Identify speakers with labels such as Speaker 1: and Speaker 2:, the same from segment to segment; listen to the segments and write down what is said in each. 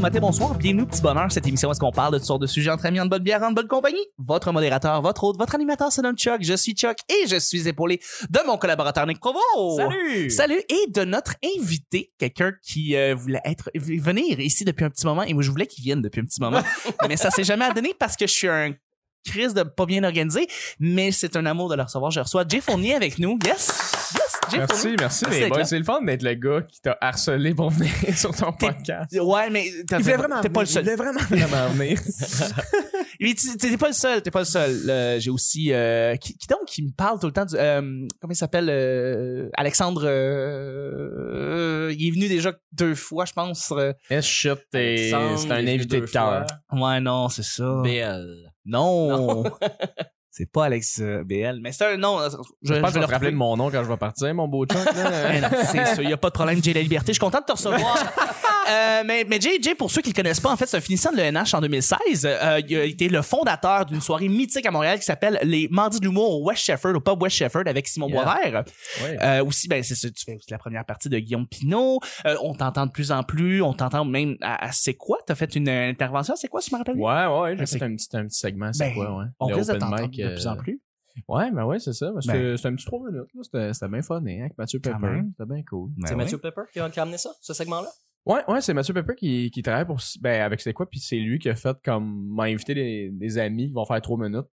Speaker 1: matin, bonsoir. Bienvenue au Petit Bonheur, cette émission où est-ce qu'on parle de toutes sortes de sujets entre amis, en bonne bière, en bonne compagnie. Votre modérateur, votre hôte, votre animateur, c'est Chuck. Je suis Chuck et je suis épaulé de mon collaborateur Nick Provo.
Speaker 2: Salut!
Speaker 1: Salut et de notre invité, quelqu'un qui euh, voulait être venir ici depuis un petit moment et moi je voulais qu'il vienne depuis un petit moment, mais ça s'est jamais donné parce que je suis un crise de pas bien organisé, mais c'est un amour de le recevoir. Je reçois Jay Fournier avec nous. Yes! Yes! Jay
Speaker 2: Merci,
Speaker 1: Fournier. Merci
Speaker 2: merci les
Speaker 1: d'être là.
Speaker 2: boys. C'est le fun d'être le gars qui t'a harcelé pour venir sur ton
Speaker 1: T'es-
Speaker 2: podcast.
Speaker 1: Ouais, mais t'as-
Speaker 2: Il voulait vraiment
Speaker 1: t'es pas le
Speaker 2: venir,
Speaker 1: seul.
Speaker 2: Il voulait vraiment, vraiment venir.
Speaker 1: Mais tu- t'es pas le seul, t'es pas le seul. Euh, J'ai aussi euh, qui, qui donc qui me parle tout le temps du euh, comment il s'appelle euh, Alexandre. euh, euh, il est venu déjà deux fois, je pense. euh.
Speaker 2: Eh, shit, t'es-
Speaker 3: Alexandre,
Speaker 2: c'est un
Speaker 3: il est
Speaker 2: invité
Speaker 3: deux
Speaker 2: de cœur.
Speaker 3: fois.
Speaker 1: Ouais, non, c'est ça.
Speaker 3: BL.
Speaker 1: Non. c'est pas Alex euh, BL, mais c'est un non. Je,
Speaker 2: Je pense
Speaker 1: vais
Speaker 2: que je vais
Speaker 1: le
Speaker 2: te rappeler de mon nom quand je vais partir, mon beau chunk. là.
Speaker 1: Mais non, c'est ça, il n'y a pas de problème, Jay La Liberté. Je suis content de te recevoir. Euh, mais, mais Jay, Jay, pour ceux qui ne le connaissent pas, en fait, c'est un finissant de l'ENH en 2016. Euh, il a été le fondateur d'une soirée mythique à Montréal qui s'appelle Les Mardis de l'humour au West Shefford, au pub West Shefford avec Simon
Speaker 2: Yeah.
Speaker 1: Boisvert.
Speaker 2: Ouais.
Speaker 1: Euh, aussi, ben, c'est ça, tu fais aussi la première partie de Guillaume Pinault. Euh, on t'entend de plus en plus. On t'entend même à, à C'est quoi? T'as fait une euh, intervention à C'est quoi, si je me rappelle? bien?
Speaker 2: Ouais, ouais, j'ai
Speaker 1: C'est-
Speaker 2: fait un petit, un petit segment, c'est
Speaker 1: Ben,
Speaker 2: quoi, ouais.
Speaker 1: On
Speaker 2: Le
Speaker 1: risque de
Speaker 2: open
Speaker 1: t'entendre
Speaker 2: mic,
Speaker 1: de
Speaker 2: euh,
Speaker 1: plus en plus.
Speaker 2: Ouais, ben ouais, c'est ça. Ben, C'était c'était un petit 3 minutes, là. C'était- C'était bien fun, hein, avec Mathieu
Speaker 1: Quand
Speaker 2: Pepper.
Speaker 1: même.
Speaker 2: C'était bien cool.
Speaker 1: Ben
Speaker 3: C'est
Speaker 1: ouais.
Speaker 3: Mathieu Pepper qui a, qui a amené ça, ce segment-là?
Speaker 2: Ouais, ouais, c'est Mathieu Pepper qui, qui travaille pour ben, avec c'est quoi, puis c'est lui qui a fait comme m'a invité des, des amis qui vont faire trois minutes.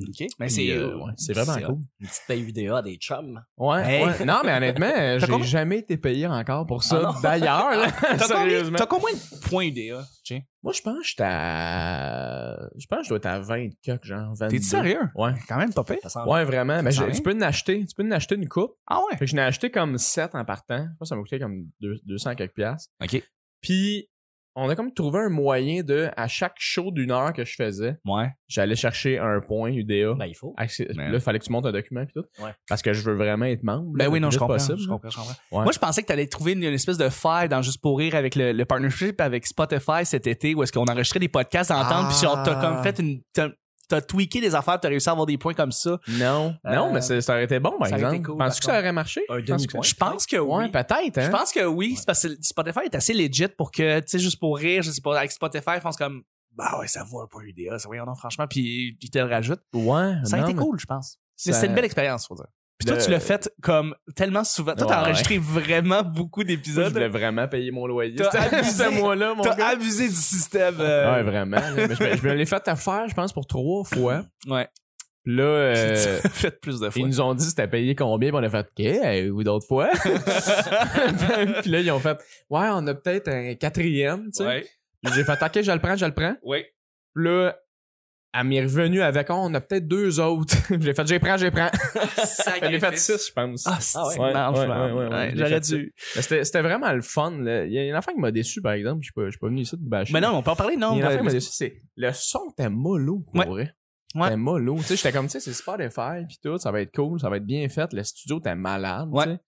Speaker 1: OK. Ben,
Speaker 2: Puis,
Speaker 1: c'est
Speaker 2: euh, ouais, c'est vraiment
Speaker 3: c'est
Speaker 2: cool.
Speaker 3: Une petite paye vidéo à des chums.
Speaker 2: Ouais,
Speaker 1: Hey.
Speaker 2: ouais. Non, mais honnêtement, euh, j'ai
Speaker 1: combien-
Speaker 2: jamais été payé encore pour ça
Speaker 3: Ah non.
Speaker 2: d'ailleurs. là.
Speaker 1: T'as combien,
Speaker 2: Sérieusement.
Speaker 1: t'as combien de points UDA, Jay?
Speaker 2: Moi, je pense que j'étais à. Je pense que je dois être à 20 coques, genre. 22.
Speaker 1: T'es-tu sérieux? Ah.
Speaker 2: Ouais.
Speaker 1: Quand même pas pire.
Speaker 3: Ça sent
Speaker 2: Ouais, vraiment. Mais
Speaker 1: Ça
Speaker 2: j'ai-
Speaker 1: va.
Speaker 2: tu peux en acheter. Tu peux en acheter une coupe.
Speaker 1: Ah ouais?
Speaker 2: Fait que je n'ai acheté comme 7 en partant. Je pense que ça m'a coûté comme deux- 200 quelques piastres.
Speaker 1: OK.
Speaker 2: Puis, on a comme trouvé un moyen de, à chaque show d'une heure que je faisais,
Speaker 1: Ouais.
Speaker 2: j'allais chercher un point UDA.
Speaker 3: Ben, il faut.
Speaker 2: Accès-
Speaker 1: Ben.
Speaker 2: Là, il fallait que tu montes un document et tout.
Speaker 3: Ouais.
Speaker 2: Parce que je veux vraiment être membre.
Speaker 1: Ben
Speaker 2: là,
Speaker 1: oui,
Speaker 2: le
Speaker 1: non,
Speaker 2: plus
Speaker 1: je comprends,
Speaker 2: possible.
Speaker 1: je comprends, je comprends.
Speaker 2: Ouais.
Speaker 1: Moi, je pensais que t'allais trouver une, une espèce de faille dans Juste pour rire avec le, le partnership avec Spotify cet été où est-ce qu'on enregistrait des podcasts entendre
Speaker 2: Ah.
Speaker 1: puis genre t'as comme fait une t'as, t'as tweaké des affaires, t'as réussi à avoir des points comme ça.
Speaker 2: Non. Non,
Speaker 1: Euh,
Speaker 2: mais c'est- ça aurait été bon, par
Speaker 1: ça aurait été
Speaker 2: exemple.
Speaker 1: cool,
Speaker 2: Penses-tu que
Speaker 1: par
Speaker 2: ça aurait marché?
Speaker 3: Un
Speaker 2: Penses-tu que-
Speaker 3: demi-point.
Speaker 1: je pense que oui.
Speaker 2: Ouais,
Speaker 1: Je
Speaker 2: peut-être, hein?
Speaker 1: pense que oui, c'est parce que Spotify est assez legit pour que tu sais juste pour rire, je sais pas avec Spotify, je pense comme bah ouais, ça vaut un point UDA, ça voyons non franchement puis ils te le rajoutent.
Speaker 2: Ouais.
Speaker 1: Ça a
Speaker 2: non,
Speaker 1: été
Speaker 2: mais
Speaker 1: cool, je pense.
Speaker 2: ça-
Speaker 1: Mais c'était une belle expérience, faut dire. Puis toi,
Speaker 2: Le-
Speaker 1: tu l'as fait comme tellement souvent. Toi, t'as
Speaker 2: Ben, euh, Ouais, ouais.
Speaker 1: enregistré vraiment beaucoup
Speaker 2: Moi, Je
Speaker 1: d'épisodes.
Speaker 2: voulais vraiment payer mon loyer.
Speaker 1: T'as
Speaker 2: C'était abusé
Speaker 1: abusé.
Speaker 2: ce mois-là, mon
Speaker 1: T'as
Speaker 2: gars.
Speaker 1: abusé du système.
Speaker 2: Ouais, ben,
Speaker 1: euh,
Speaker 2: vraiment. là. Mais je me- je me l'ai fait à faire, je pense, pour trois fois.
Speaker 1: ouais.
Speaker 2: Puis Là, euh,
Speaker 1: Faites plus de
Speaker 2: ils nous ont dit c'était payé combien, puis on a fait OK, euh, ou d'autres fois. puis là, ils ont fait Ouais, on a peut-être un quatrième, tu sais.
Speaker 1: Ouais.
Speaker 2: Puis J'ai fait OK, je le prends, je le prends.
Speaker 1: Ouais.
Speaker 2: Puis là, elle m'est revenue avec Oh, on a peut-être deux autres. j'ai fait J'ai prends, j'ai prends. Elle est fait six, je pense.
Speaker 1: Ah, c'est
Speaker 3: Ah ouais.
Speaker 1: ouais,
Speaker 2: Ouais, ouais, ouais, ouais, je l'ai
Speaker 1: J'aurais
Speaker 2: fait
Speaker 1: dû.
Speaker 2: Mais C'était c'était vraiment le fun. là. Il y a une affaire qui m'a déçu, par exemple. Je suis pas, je suis pas venu ici de bâcher.
Speaker 1: Mais non, on peut en parler, non.
Speaker 2: Il y a une
Speaker 1: ouais,
Speaker 2: affaire qui m'a
Speaker 1: mais-
Speaker 2: déçu, c'est le son était mollo pour
Speaker 1: Ouais.
Speaker 2: vrai.
Speaker 1: Ouais.
Speaker 2: C'était mollo. Tu sais, j'étais comme, tu sais, c'est Spotify pis tout, ça va être cool, ça va être bien fait. Le studio était malade.
Speaker 1: Ouais.
Speaker 2: tu sais.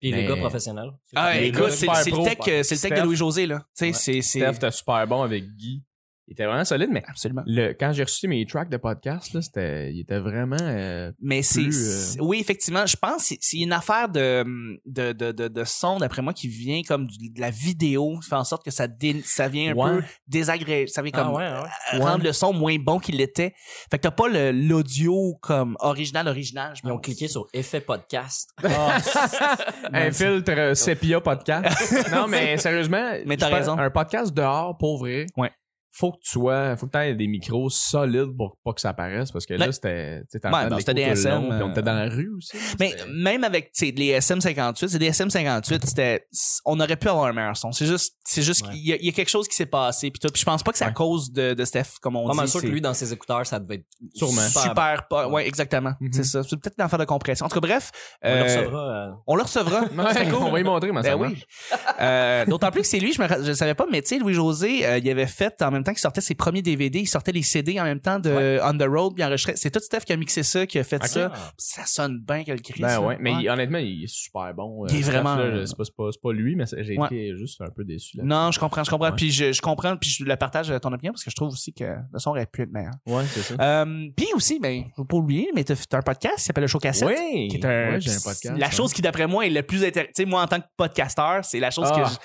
Speaker 3: Puis
Speaker 2: Mais-
Speaker 3: les gars professionnels.
Speaker 1: Ah,
Speaker 2: Les
Speaker 1: écoute,
Speaker 2: gars
Speaker 1: c'est
Speaker 2: super
Speaker 1: c'est le
Speaker 2: pro,
Speaker 1: tech, euh, c'est le tech de
Speaker 2: Steph.
Speaker 1: Louis-José, là. Tu sais,
Speaker 3: Ouais.
Speaker 1: c'est- c'est.
Speaker 2: Steph était super bon avec Guy. Il était vraiment solide, mais
Speaker 1: Absolument.
Speaker 2: le, quand j'ai reçu mes tracks de podcast, là, c'était, il était vraiment. euh,
Speaker 1: Mais c'est.
Speaker 2: Plus,
Speaker 1: c'est- Oui, effectivement, je pense que c'est- c'est une affaire de, de, de, de, de son, d'après moi, qui vient comme du- de la vidéo, qui fait en sorte que ça, dé- ça vient un
Speaker 2: Ouais.
Speaker 1: peu désagréable. Ça vient comme
Speaker 3: Ah ouais,
Speaker 1: euh, rendre le son moins bon qu'il l'était. Fait que t'as pas le- l'audio comme original, original. je
Speaker 3: Ils ont
Speaker 1: pense.
Speaker 3: cliqué sur effet podcast.
Speaker 2: un filtre euh, sépia podcast. non, mais sérieusement.
Speaker 1: Mais t'as
Speaker 2: je pense-
Speaker 1: raison.
Speaker 2: Un podcast dehors, pour vrai.
Speaker 1: Ouais.
Speaker 2: Faut que tu sois, faut que t'aies des micros solides pour pas que ça apparaisse parce que là,
Speaker 1: Ouais.
Speaker 2: c'était, tu sais,
Speaker 1: Ouais,
Speaker 2: t'entends
Speaker 1: ben,
Speaker 2: de
Speaker 1: c'était
Speaker 2: l'écho
Speaker 1: des
Speaker 2: tout le
Speaker 1: SM,
Speaker 2: long, puis on
Speaker 1: euh,
Speaker 2: était dans la rue aussi.
Speaker 1: Mais
Speaker 2: C'était-
Speaker 1: même avec tu sais, les SM58, c'est des SM58, c'était on aurait pu avoir un meilleur son. C'est juste c'est juste
Speaker 3: Ouais.
Speaker 1: qu'il y, a- il y a quelque chose qui s'est passé puis tout. Puis je pense pas que c'est à
Speaker 2: Ouais.
Speaker 1: cause de, de Steph comme on
Speaker 3: Pas mal
Speaker 1: dit.
Speaker 3: sûr que
Speaker 1: c'est
Speaker 3: lui, dans ses écouteurs, ça devait être
Speaker 2: Sûrement.
Speaker 3: super. bon.
Speaker 1: super pas ouais exactement.
Speaker 2: Mhm.
Speaker 1: C'est ça, c'est peut-être une affaire de compression. En tout cas bref,
Speaker 3: On le
Speaker 1: euh,
Speaker 3: recevra. euh,
Speaker 1: on le recevra.
Speaker 2: Ouais, On va y montrer, mais
Speaker 1: Ben
Speaker 2: ça
Speaker 1: oui.
Speaker 2: marche.
Speaker 1: Euh, D'autant plus que c'est lui, je me je savais pas, mais tu sais, Louis-José, euh, il avait fait, en même temps qu'il sortait ses premiers DVD, il sortait les CD en même temps de On the Road, puis il enregistrait. C'est tout Steph qui a mixé ça, qui a fait
Speaker 2: Ok.
Speaker 1: ça.
Speaker 3: Ah,
Speaker 1: Ça sonne bien que le cri.
Speaker 2: Ben
Speaker 1: ça.
Speaker 2: ouais, mais il- honnêtement, il est super bon. euh,
Speaker 1: Il est
Speaker 2: Steph,
Speaker 1: vraiment-
Speaker 2: là, je- C'est pas, c'est pas, c'est pas lui, mais c'est- j'ai
Speaker 1: Ouais.
Speaker 2: été juste un peu déçu. Là.
Speaker 1: Non, je comprends, je comprends.
Speaker 2: Ouais.
Speaker 1: Puis je, je comprends, puis je le partage euh, ton opinion parce que je trouve aussi que le son aurait pu être meilleur.
Speaker 2: Ouais, c'est ça.
Speaker 1: Euh, puis aussi, ben, je veux pas oublier, mais t'as t'as un podcast qui s'appelle Le Show Cassette.
Speaker 2: oui!
Speaker 1: Qui est un,
Speaker 2: Ouais, j'ai un podcast. hein.
Speaker 1: la
Speaker 2: ouais.
Speaker 1: chose qui, d'après moi, est le plus intéressante. Tu sais, moi, en tant que podcasteur, c'est la chose que
Speaker 2: Ah.
Speaker 1: je-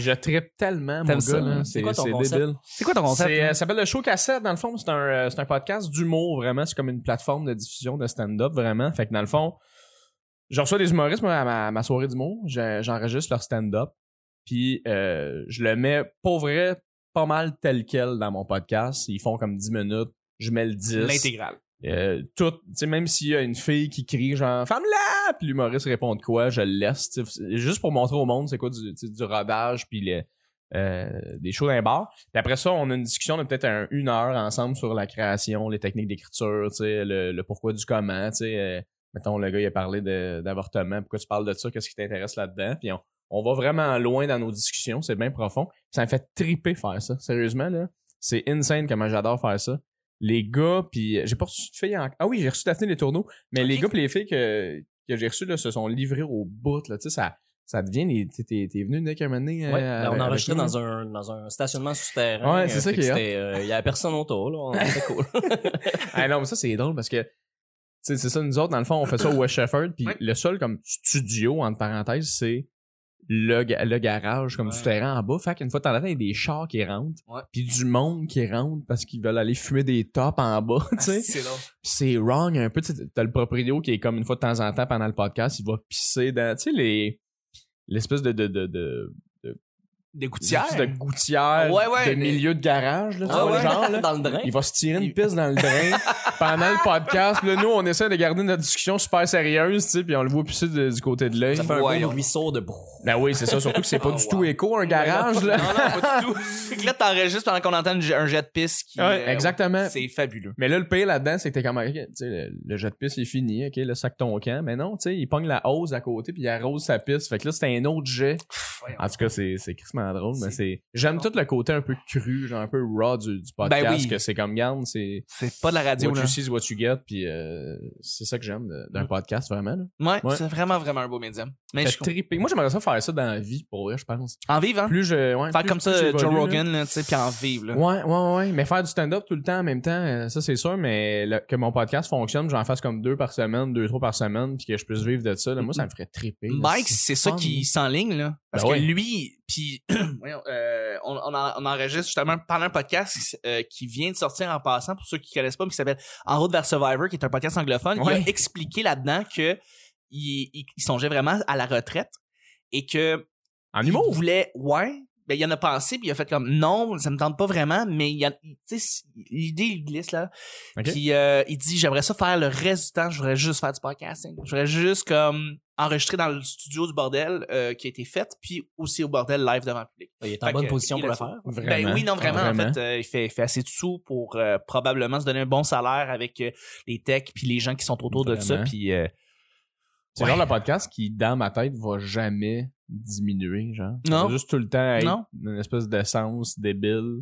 Speaker 2: Je trippe tellement, mon
Speaker 1: T'aimes ça,
Speaker 2: gars. là.
Speaker 1: hein?
Speaker 2: C'est
Speaker 3: C'est quoi ton
Speaker 2: c'est
Speaker 3: concept?
Speaker 2: débile.
Speaker 1: C'est quoi ton concept?
Speaker 2: C'est, euh, ça s'appelle le show cassette. Dans le fond, c'est un, euh, c'est un podcast d'humour, vraiment. C'est comme une plateforme de diffusion de stand-up, vraiment. Fait que dans le fond, je reçois des humoristes moi, à ma, ma soirée d'humour. Je- J'enregistre leur stand-up. Puis euh, je le mets pour vrai pas mal tel quel dans mon podcast. Ils font comme 10 minutes. Je mets le 10.
Speaker 1: L'intégrale.
Speaker 2: Euh, tout, tu sais, même s'il y a une fille qui crie genre femme là, puis l'humoriste répond de quoi, je le laisse, tu sais, c'est juste pour montrer au monde c'est quoi du, tu sais, du rodage puis les, euh, des shows d'un bar. Puis après ça, on a une discussion de peut-être un- une heure ensemble sur la création, les techniques d'écriture, tu sais, le, le pourquoi du comment, tu sais, euh, mettons le gars il a parlé de- d'avortement, pourquoi tu parles de ça, qu'est-ce qui t'intéresse là-dedans, puis on, on va vraiment loin dans nos discussions, c'est bien profond. Ça me fait triper faire ça, sérieusement là, c'est insane comment j'adore faire ça les gars, puis euh, j'ai pas reçu de filles en... Ah oui, j'ai reçu Daphné les tourneaux, mais les gars puis les filles que, que j'ai reçus là, se sont livrés au bout. Là, tu sais, ça, ça devient... les- t'es- T'es t'es venu, Nick, un moment donné, euh,
Speaker 3: Ouais, ben, on
Speaker 2: avec-
Speaker 3: enregistrait
Speaker 2: avec nous,
Speaker 3: dans un, dans un stationnement souterrain.
Speaker 2: Ouais, c'est
Speaker 3: euh,
Speaker 2: ça
Speaker 3: fait
Speaker 2: qui
Speaker 3: que
Speaker 2: est hot.
Speaker 3: c'était, euh, Il y avait personne autour, là. On était cool.
Speaker 2: ah non, mais ça, c'est drôle parce que, tu sais, c'est ça, nous autres, dans le fond, on fait ça au West Shefford, puis
Speaker 1: Ouais.
Speaker 2: le seul, comme, studio, entre parenthèses, c'est le, ga- le garage, comme,
Speaker 3: Ouais.
Speaker 2: souterrain en bas. Fait qu'une fois de temps en temps, il y a des chars qui rentrent,
Speaker 3: Ouais.
Speaker 2: puis du monde qui rentre parce qu'ils veulent aller fumer des tops en bas, tu sais.
Speaker 1: C'est long.
Speaker 2: Pis c'est wrong un peu. Tu sais, T'as le proprio qui est comme une fois de temps en temps pendant le podcast, il va pisser dans, tu sais, les, l'espèce de, de, de, de,
Speaker 1: Des gouttières.
Speaker 2: de gouttière
Speaker 1: Ouais, ouais,
Speaker 2: de
Speaker 1: les-
Speaker 2: milieu de garage, là, tu
Speaker 3: Ah
Speaker 2: vois,
Speaker 3: ouais,
Speaker 2: le genre, là.
Speaker 3: dans le drain.
Speaker 2: Il va se tirer une
Speaker 1: Hein? Il-
Speaker 2: pisse dans le drain pendant le podcast. Puis Là, nous, on essaie de garder notre discussion super sérieuse, tu sais, puis on le voit pisser de- du côté de l'œil.
Speaker 3: Ça fait un
Speaker 1: Voyons.
Speaker 3: gros ruisseau de brou.
Speaker 2: Ben oui, c'est ça. Surtout que c'est pas
Speaker 1: Oh,
Speaker 2: du
Speaker 1: wow.
Speaker 2: tout écho, un garage, là.
Speaker 1: Non, non, pas du tout. Fait que là, t'enregistres pendant qu'on entend un jet- un jet de piste qui.
Speaker 2: Ouais,
Speaker 1: euh,
Speaker 2: exactement.
Speaker 1: C'est fabuleux.
Speaker 2: Mais là, le pire là-dedans, c'est que t'es comme, OK, tu sais, le, le jet de piste est fini, ok, le sac ton camp. Mais non, tu sais, il pogne la hose à côté puis il arrose sa piste. Fait que là, c'était un autre jet. En tout cas, c'est c'est crissement drôle, mais c'est. J'aime tout le côté un peu cru, genre un peu raw du, du podcast,
Speaker 1: Ben oui.
Speaker 2: que c'est comme, garde, c'est
Speaker 1: C'est pas de la radio,
Speaker 2: what
Speaker 1: là.
Speaker 2: you see is what you get, puis euh, c'est ça que j'aime de- d'un
Speaker 1: Mm.
Speaker 2: podcast, vraiment. Là.
Speaker 1: Ouais,
Speaker 2: Ouais.
Speaker 1: c'est vraiment, vraiment un beau médium. Mais
Speaker 2: Fait
Speaker 1: je
Speaker 2: triper. Moi, j'aimerais ça faire ça dans la vie, pour vrai, je pense.
Speaker 1: En vivre, hein?
Speaker 2: Plus je. Ouais,
Speaker 1: Faire
Speaker 2: plus-
Speaker 1: comme ça,
Speaker 2: plus j'évolue,
Speaker 1: Joe
Speaker 2: là.
Speaker 1: Rogan, là, tu sais, puis en vivre, là.
Speaker 2: Ouais, ouais, ouais. Mais faire du stand-up tout le temps en même temps, euh, ça c'est sûr, mais le- que mon podcast fonctionne, j'en fasse comme deux par semaine, deux, trois par semaine, puis que je puisse vivre de ça, là, moi ça me ferait triper. là.
Speaker 1: Mike, c'est ça
Speaker 2: Ah, fun.
Speaker 1: qui s'enligne, là. Parce
Speaker 2: Ben
Speaker 1: que
Speaker 2: ouais.
Speaker 1: lui, puis voyons, euh, on, on en- on enregistre justement pendant un podcast euh, qui vient de sortir en passant, pour ceux qui connaissent pas, mais qui s'appelle En route vers Survivor, qui est un podcast anglophone.
Speaker 2: Ouais.
Speaker 1: Il a expliqué là-dedans que il, il- il songeait vraiment à la retraite et que
Speaker 2: En
Speaker 1: il
Speaker 2: humour.
Speaker 1: voulait, ouais, ben il en a pensé, puis il a fait comme non, ça me tente pas vraiment, mais il y a- tu sais, si- l'idée il glisse là.
Speaker 2: Ok.
Speaker 1: Puis euh, il dit j'aimerais ça faire le reste du temps, je voudrais juste faire du podcasting. Je voudrais juste comme enregistrer dans le studio du bordel euh, qui a été fait, puis aussi au bordel live devant le public.
Speaker 3: Il est
Speaker 1: Fait
Speaker 3: en bonne
Speaker 1: que,
Speaker 3: position
Speaker 1: il
Speaker 3: pour
Speaker 1: a
Speaker 3: le
Speaker 1: fait.
Speaker 3: faire.
Speaker 2: Vraiment.
Speaker 1: Ben oui, non, vraiment.
Speaker 2: Vraiment.
Speaker 1: En fait, euh, il, fait, il fait assez de sous pour euh, probablement se donner un bon salaire avec euh, les techs puis les gens qui sont autour de ça.
Speaker 2: Vraiment.
Speaker 1: Puis, euh,
Speaker 2: C'est
Speaker 1: Ouais.
Speaker 2: genre le podcast qui, dans ma tête, va jamais diminuer, genre.
Speaker 1: Non.
Speaker 2: Ça va juste tout le temps être
Speaker 1: Non.
Speaker 2: une espèce d'essence débile.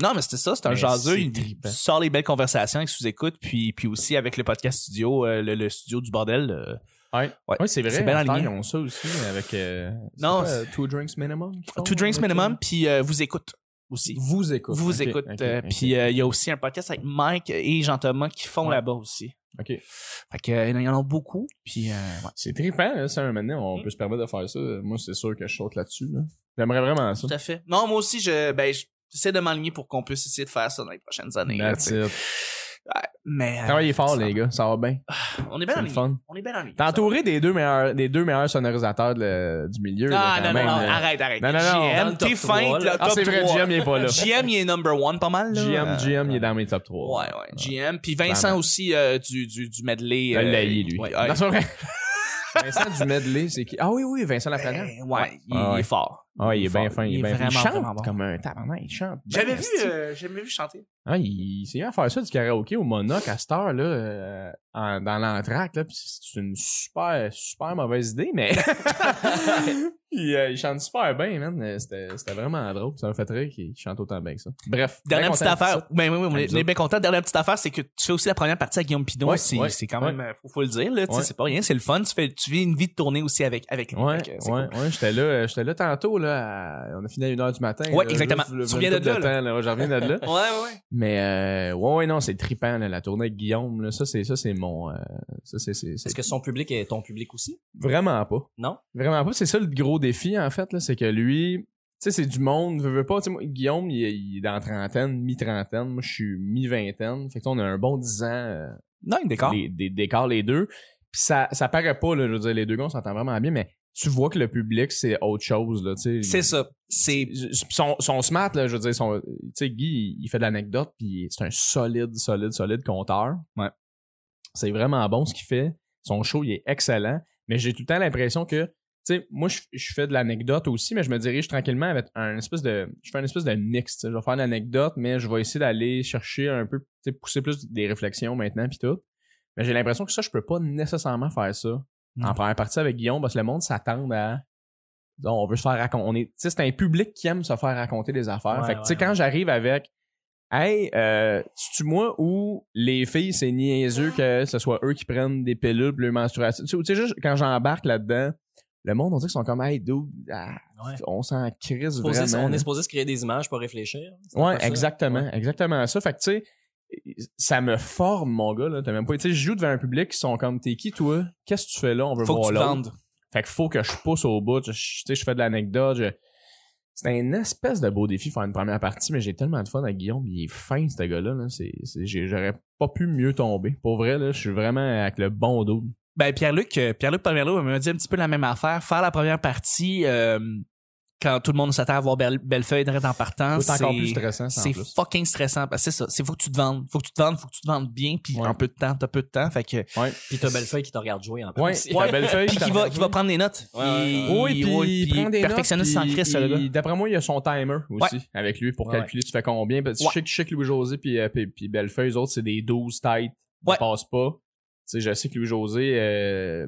Speaker 1: Non, mais c'était ça, c'est un
Speaker 2: Mais
Speaker 1: jaseux.
Speaker 2: c'est
Speaker 1: Il
Speaker 2: trippant.
Speaker 1: il sort les belles conversations avec sous-écoute, puis, puis aussi avec le podcast studio, euh, le, le studio du bordel. euh.
Speaker 2: Ouais, c'est vrai.
Speaker 1: C'est bien
Speaker 2: en
Speaker 1: aligné.
Speaker 2: Ils ont ça aussi avec. euh, c'est
Speaker 1: Non,
Speaker 2: quoi,
Speaker 1: c'est-
Speaker 2: euh, Two Drinks Minimum. qu'ils font,
Speaker 1: Two Drinks
Speaker 2: avec, euh,
Speaker 1: Minimum, puis euh, vous écoute aussi.
Speaker 2: Vous écoute.
Speaker 1: Vous
Speaker 2: Ok,
Speaker 1: écoute.
Speaker 2: ok,
Speaker 1: euh,
Speaker 2: ok.
Speaker 1: Puis euh, il y a aussi un podcast avec Mike et Jean-Thomas qui font
Speaker 2: Ouais.
Speaker 1: là-bas aussi.
Speaker 2: Ok.
Speaker 1: Fait que, euh, il y en a beaucoup, puis euh, ouais.
Speaker 2: C'est trippant, là, ça, un moment donné, on
Speaker 1: Mm.
Speaker 2: peut se permettre de faire ça. Moi, c'est sûr que je saute là-dessus. là. J'aimerais vraiment ça.
Speaker 1: Tout à fait. Non, moi aussi, je, ben, je- j'essaie de m'aligner pour qu'on puisse essayer de faire ça dans les prochaines années. là,
Speaker 2: That's
Speaker 1: tu sais.
Speaker 2: it.
Speaker 1: Ouais, mais euh,
Speaker 2: Travaillez fort,
Speaker 1: ça- Ah,
Speaker 2: les gars. Ça va bien.
Speaker 1: On est bien
Speaker 2: C'est
Speaker 1: en
Speaker 2: le
Speaker 1: ligne.
Speaker 2: fun.
Speaker 1: On est bien en ligne.
Speaker 2: T'es entouré des deux meilleurs, des deux meilleurs sonorisateurs de- du milieu. là,
Speaker 1: Ah,
Speaker 2: quand
Speaker 1: non, non,
Speaker 2: même,
Speaker 1: non,
Speaker 2: là.
Speaker 1: arrête, arrête.
Speaker 2: Non, non, non.
Speaker 1: GM,
Speaker 3: Dans le top
Speaker 1: t'es fin,
Speaker 3: trois, là.
Speaker 1: le
Speaker 2: Ah,
Speaker 1: top
Speaker 2: c'est vrai,
Speaker 1: 3.
Speaker 2: GM, il est pas là.
Speaker 1: GM, il est number one pas mal. Là.
Speaker 2: GM,
Speaker 1: Euh,
Speaker 2: GM, il est dans mes top 3.
Speaker 1: Ouais, ouais. GM. Puis Vincent
Speaker 2: Clairement.
Speaker 1: aussi euh, du, du, du medley.
Speaker 2: Il
Speaker 1: euh,
Speaker 2: a laïé, lui.
Speaker 1: Ouais,
Speaker 2: Non,
Speaker 1: ouais.
Speaker 2: c'est vrai. Vincent du medley, c'est qui? Ah oui, oui, Vincent Laflamme.
Speaker 1: Eh, ouais, il,
Speaker 2: Ah,
Speaker 1: il
Speaker 2: ouais.
Speaker 1: est fort.
Speaker 2: Ah, il est bien
Speaker 1: fort.
Speaker 2: fin, il est bien fin.
Speaker 1: vraiment,
Speaker 2: Il chante
Speaker 1: vraiment bon.
Speaker 2: comme un tabarnak, il chante. bien,
Speaker 1: J'avais vu,
Speaker 2: esti.
Speaker 1: euh, j'avais vu chanter.
Speaker 2: Ah, il, il s'est mis à faire ça du karaoké au Monoc à cette heure, là, euh, en- dans l'entracte, là, pis c'est une super, super mauvaise idée, mais. il, euh, il chante super bien, man. euh, C'était c'était vraiment drôle. Ça me fait rire qu'il chante autant bien que ça. Bref. bien
Speaker 1: Dernière petite
Speaker 2: content de
Speaker 1: affaire.
Speaker 2: ça.
Speaker 1: Ben oui, oui, on est,
Speaker 2: Nous
Speaker 1: on est
Speaker 2: autres.
Speaker 1: bien content. Dernière petite affaire, c'est que tu fais aussi la première partie à Guillaume Pinot.
Speaker 2: Ouais,
Speaker 1: c'est
Speaker 2: ouais,
Speaker 1: c'est quand
Speaker 2: ouais.
Speaker 1: même, euh, faut, faut le dire, là. tu sais,
Speaker 2: Ouais.
Speaker 1: C'est pas rien, c'est le fun. Tu, fais, tu vis une vie de tournée aussi avec, avec lui.
Speaker 2: Ouais,
Speaker 1: Fait que, euh, c'est
Speaker 2: ouais,
Speaker 1: cool.
Speaker 2: ouais, j'étais là, euh, j'étais là tantôt, là, à- on a fini à 1h du matin.
Speaker 1: Ouais,
Speaker 2: là,
Speaker 1: exactement.
Speaker 2: juste le-
Speaker 1: Tu
Speaker 2: une
Speaker 1: viens de
Speaker 2: couple
Speaker 1: là, là.
Speaker 2: temps, là, ouais, je reviens de là.
Speaker 1: Ouais, ouais, ouais.
Speaker 2: Mais, euh, ouais, ouais, non, c'est trippant, là, la tournée avec Guillaume, là, ça, c'est, ça, c'est mon, euh, ça, c'est, c'est, c'est-
Speaker 3: Est-ce que son public est ton public aussi?
Speaker 2: Vraiment pas.
Speaker 3: Non?
Speaker 2: Vraiment pas. C'est ça le gros défi, en fait, là, c'est que lui, sais, c'est du monde, veux, veux pas. Tu sais, moi, Guillaume, il est, il est dans la trentaine, mi-trentaine. Moi, je suis mi-vingtaine. Fait que, tu sais, on a un bon 10 ans euh,
Speaker 1: Non, il décore.
Speaker 2: les- des d'écart, les deux. Puis ça, ça paraît pas, là, je veux dire, les deux gars, on s'entend vraiment bien, mais tu vois que le public, c'est autre chose, là, tu sais.
Speaker 1: C'est ça. C'est.
Speaker 2: Je- je- son, son smart, là, je veux dire, son, tu sais, Guy, il, il fait de l'anecdote, puis c'est un solide, solide, solide compteur.
Speaker 1: Ouais.
Speaker 2: C'est vraiment bon ce qu'il fait. Son show, il est excellent. Mais j'ai tout le temps l'impression que, tu sais, moi, je, je fais de l'anecdote aussi, mais je me dirige tranquillement avec un espèce de. Je fais un espèce de mix. tu sais. Je vais faire de l'anecdote, mais je vais essayer d'aller chercher un peu, tu sais, pousser plus des réflexions maintenant, puis tout. Mais j'ai l'impression que ça, je peux pas nécessairement faire ça en
Speaker 3: Hmm.
Speaker 1: Mm.
Speaker 2: première partie avec Guillaume, parce que le monde s'attend à. Donc, on veut se faire raconter. On est, tu sais, c'est un public qui aime se faire raconter des affaires.
Speaker 3: Ouais,
Speaker 2: fait que, tu sais,
Speaker 3: ouais,
Speaker 2: quand j'arrive avec, hey, euh, tu moi ou les filles, c'est niaiseux que ce soit eux qui prennent des pilules, puis leur menstruation. Tu sais, tu sais, juste quand j'embarque là-dedans, le monde, on dirait qu'ils sont comme, hey, dude, ah,
Speaker 3: Ouais.
Speaker 2: on s'en crise
Speaker 3: Supposé-
Speaker 2: vraiment.
Speaker 3: on
Speaker 2: là.
Speaker 3: est supposé se créer des images pour réfléchir. C'est un
Speaker 2: Ouais,
Speaker 3: peu ça.
Speaker 2: exactement. Exactement ça. Fait que, tu sais, ça me forme, mon gars, là. T'as même pas, tu sais, je joue devant un public qui sont comme, t'es qui, toi? Qu'est-ce que tu fais là? On veut
Speaker 1: Faut que
Speaker 2: voir
Speaker 1: tu te
Speaker 2: l'autre.
Speaker 1: vendes.
Speaker 2: Fait que faut que je pousse au bout. Je- Je, tu sais, je fais de l'anecdote. je- C'est un espèce de beau défi faire une première partie, mais j'ai tellement de fun à Guillaume. Il est fin, ce gars-là. là. C'est- c'est- j'ai- J'aurais pas pu mieux tomber. Pour vrai, là, je suis vraiment avec le bon dos.
Speaker 1: Ben, Pierre-Luc, euh, Pierre-Luc Pomerleau m'a dit un petit peu la même affaire. Faire la première partie, euh, quand tout le monde s'attend à voir Belle- Bellefeuille direct en partant,
Speaker 2: C'est
Speaker 1: c'est
Speaker 2: encore plus stressant, ça, en
Speaker 1: C'est
Speaker 2: plus.
Speaker 1: fucking stressant. Parce que c'est ça. C'est faut que tu te vendes. Faut que tu te vendes. Faut que tu te vendes bien. Puis
Speaker 2: Ouais.
Speaker 1: en peu de temps, t'as peu de temps. Fait que.
Speaker 2: Ouais.
Speaker 3: Puis t'as Bellefeuille qui te regarde jouer en plus.
Speaker 2: Ouais,
Speaker 3: aussi.
Speaker 2: t'as belle feuille.
Speaker 1: Puis qui va, qui va prendre des notes.
Speaker 3: Ouais, ouais,
Speaker 1: Il-
Speaker 2: Oui, puis
Speaker 1: ouais,
Speaker 2: il
Speaker 1: puis
Speaker 2: prend des
Speaker 1: Perfectionniste
Speaker 2: notes,
Speaker 1: sans
Speaker 2: puis
Speaker 1: Christ, ce
Speaker 2: il-
Speaker 1: gars-là.
Speaker 2: D'après moi, il a son timer aussi avec lui pour
Speaker 3: Ouais.
Speaker 2: calculer tu fais combien. Parce que
Speaker 1: Ouais.
Speaker 2: je sais que- je sais que Louis-José puis, euh, puis, puis Bellefeuille, eux autres, c'est des 12 têtes
Speaker 1: Ouais.
Speaker 2: qui passent pas. Tu sais, je sais que Louis-José, euh,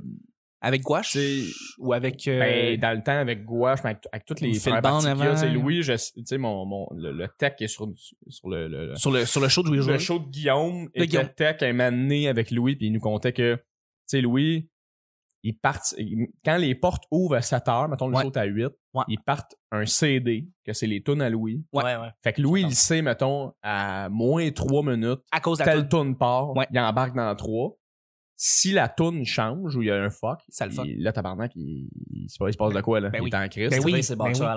Speaker 1: Avec gouache?
Speaker 2: C'est-
Speaker 1: Ou avec. euh,
Speaker 2: Ben, dans le temps, avec Gouache, mais avec, avec toutes les
Speaker 1: Phil
Speaker 2: frères
Speaker 1: Bond
Speaker 2: parties qu'il y a,
Speaker 1: avant.
Speaker 2: tu sais, Louis, je- tu sais, mon, mon, le, le tech est sur, sur le, le, le-
Speaker 1: sur, le, sur le show de Louis
Speaker 2: le
Speaker 1: Jourdain.
Speaker 2: show de Guillaume. Et
Speaker 1: De
Speaker 2: que
Speaker 1: Guillaume.
Speaker 2: le tech est mané avec Louis, puis il nous contait que, tu sais, Louis, ils partent, ils- quand les portes ouvrent à 7 heures, mettons le
Speaker 1: Ouais.
Speaker 2: show est à 8,
Speaker 1: Ouais.
Speaker 2: ils partent un CD, que c'est les tunes à Louis.
Speaker 1: Ouais.
Speaker 3: ouais. ouais.
Speaker 2: Fait que Louis, il sait, mettons, à moins 3 minutes,
Speaker 1: À cause de la
Speaker 2: telle tune part,
Speaker 1: Ouais.
Speaker 2: il embarque dans 3. Si la tune change ou il y a un fuck,
Speaker 1: Ça le fuck.
Speaker 2: il- là, tabarnak, il, il, c'est pas- il se passe de quoi, là?
Speaker 1: Ben
Speaker 2: il
Speaker 1: oui.
Speaker 2: est en crise.
Speaker 1: Ben oui,
Speaker 3: Sylvain, c'est
Speaker 1: ben
Speaker 3: boxeur
Speaker 1: oui.
Speaker 3: à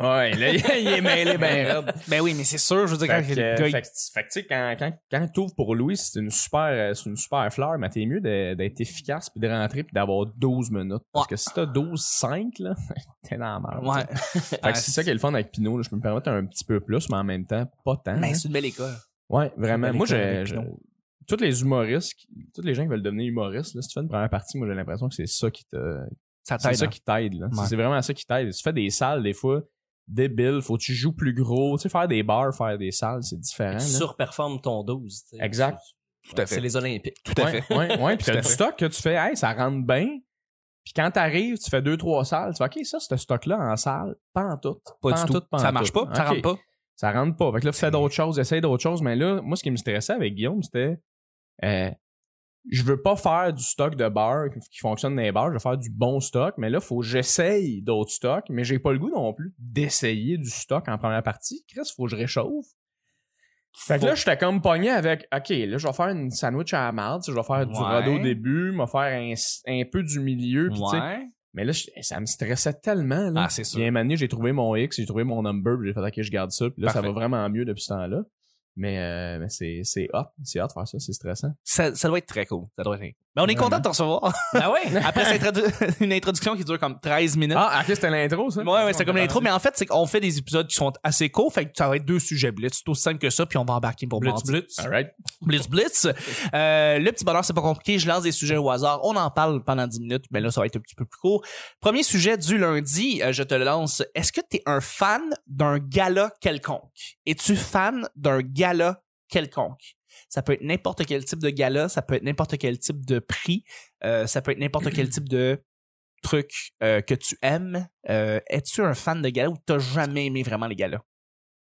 Speaker 3: l'envers.
Speaker 2: Ouais, là, il est mêlé ben raide.
Speaker 1: toune. Ben oui, mais c'est sûr. Je veux dire, quand
Speaker 2: Fait que,
Speaker 1: le
Speaker 2: euh,
Speaker 1: gars, il-
Speaker 2: fait que, fait que, tu sais, quand, quand, quand t'ouvres pour Louis, c'est une super, euh, c'est une super fleur, mais t'es mieux de- d'être efficace puis de rentrer puis d'avoir 12 minutes. Parce
Speaker 1: Ouais.
Speaker 2: que si t'as 12, 5, là, t'es dans la merde.
Speaker 1: Ouais.
Speaker 2: t'sais. Fait que c'est ça qui est le fun avec Pinot, là. Je peux me permettre un petit peu plus, mais en même temps, pas tant. hein.
Speaker 1: Mais Ben, c'est une belle école.
Speaker 2: Ouais, vraiment.
Speaker 1: belle
Speaker 2: Moi,
Speaker 1: école
Speaker 2: j'ai.
Speaker 1: avec
Speaker 2: j'ai-
Speaker 1: Pinot.
Speaker 2: Tous les humoristes, qui- tous les gens qui veulent devenir humoristes, là, si tu fais une première partie, moi j'ai l'impression que c'est ça qui te,
Speaker 1: Ça
Speaker 2: c'est
Speaker 1: t'aide.
Speaker 2: ça
Speaker 1: hein.
Speaker 2: qui t'aide. là.
Speaker 1: Ouais.
Speaker 2: C'est vraiment ça qui t'aide. Tu fais des salles, des fois, débiles. Faut que tu joues plus gros. Tu sais, faire des bars, faire des salles, c'est différent.
Speaker 3: Tu
Speaker 2: là.
Speaker 3: surperformes ton 12. tu sais.
Speaker 2: Exact.
Speaker 1: Tout à fait.
Speaker 3: C'est les Olympiques.
Speaker 1: Tout à
Speaker 2: ouais,
Speaker 1: fait.
Speaker 2: Ouais, ouais. Puis
Speaker 1: Tout
Speaker 2: t'as
Speaker 1: à
Speaker 2: du
Speaker 1: fait.
Speaker 2: stock que tu fais, hey, ça rentre bien. Puis quand t'arrives, tu fais deux, trois salles. Tu fais, OK, ça, ce stock-là en salle, pas en tout.
Speaker 1: Pas du tout. Ça marche pas. Ça rentre pas.
Speaker 2: Ça rentre pas. Fait que là, tu fais d'autres choses, essaye d'autres choses. Mais là, moi, ce qui me stressait avec Guillaume, c'était, euh, je veux pas faire du stock de bar qui fonctionne dans les bars. Je veux faire du bon stock. Mais là, faut que j'essaye d'autres stocks. Mais j'ai pas le goût non plus d'essayer du stock en première partie. Chris, faut que je réchauffe. Fait que là, j'étais comme pogné avec, OK, là, je vais faire une sandwich à la marde. tu sais, Je vais faire du
Speaker 1: Ouais.
Speaker 2: radeau au début, je vais faire un, un peu du milieu. puis tu sais,
Speaker 1: Ouais.
Speaker 2: mais là, je- ça me stressait tellement. Là.
Speaker 1: Ah, c'est sûr.
Speaker 2: Puis à un moment donné, j'ai trouvé mon X, j'ai trouvé mon number, puis j'ai fait OK, je garde ça. Puis là, ça
Speaker 1: Parfait.
Speaker 2: va vraiment mieux depuis ce temps-là. Mais, euh, mais c'est, c'est hot. C'est hot de faire ça, c'est stressant.
Speaker 1: Ça, ça doit être très cool. Ça doit être... Mais on est
Speaker 2: Vraiment.
Speaker 1: content de te recevoir.
Speaker 2: Ben
Speaker 3: Ah ouais?
Speaker 1: Après cette introdu- une introduction qui dure comme 13 minutes.
Speaker 2: Ah, OK, c'était l'intro, ça?
Speaker 1: Ouais, ouais, c'est comme l'intro, mais en fait, c'est qu'on fait des épisodes qui sont assez courts, fait que ça va être deux sujets blitz, c'est aussi simple que ça, puis on va embarquer pour
Speaker 3: Blitz,
Speaker 1: mardi.
Speaker 3: blitz.
Speaker 2: All right.
Speaker 1: Blitz Blitz. Euh, le petit bonheur, c'est pas compliqué. Je lance des sujets au hasard. On en parle pendant 10 minutes, mais là, ça va être un petit peu plus court. Premier sujet du lundi, euh, je te le lance. Est-ce que tu es un fan d'un gala quelconque? Es-tu fan d'un gala quelconque? Ça peut être n'importe quel type de gala, ça peut être n'importe quel type de prix, euh, ça peut être n'importe quel type de truc euh, que tu aimes. Euh, Es-tu un fan de gala ou t'as jamais aimé vraiment les galas?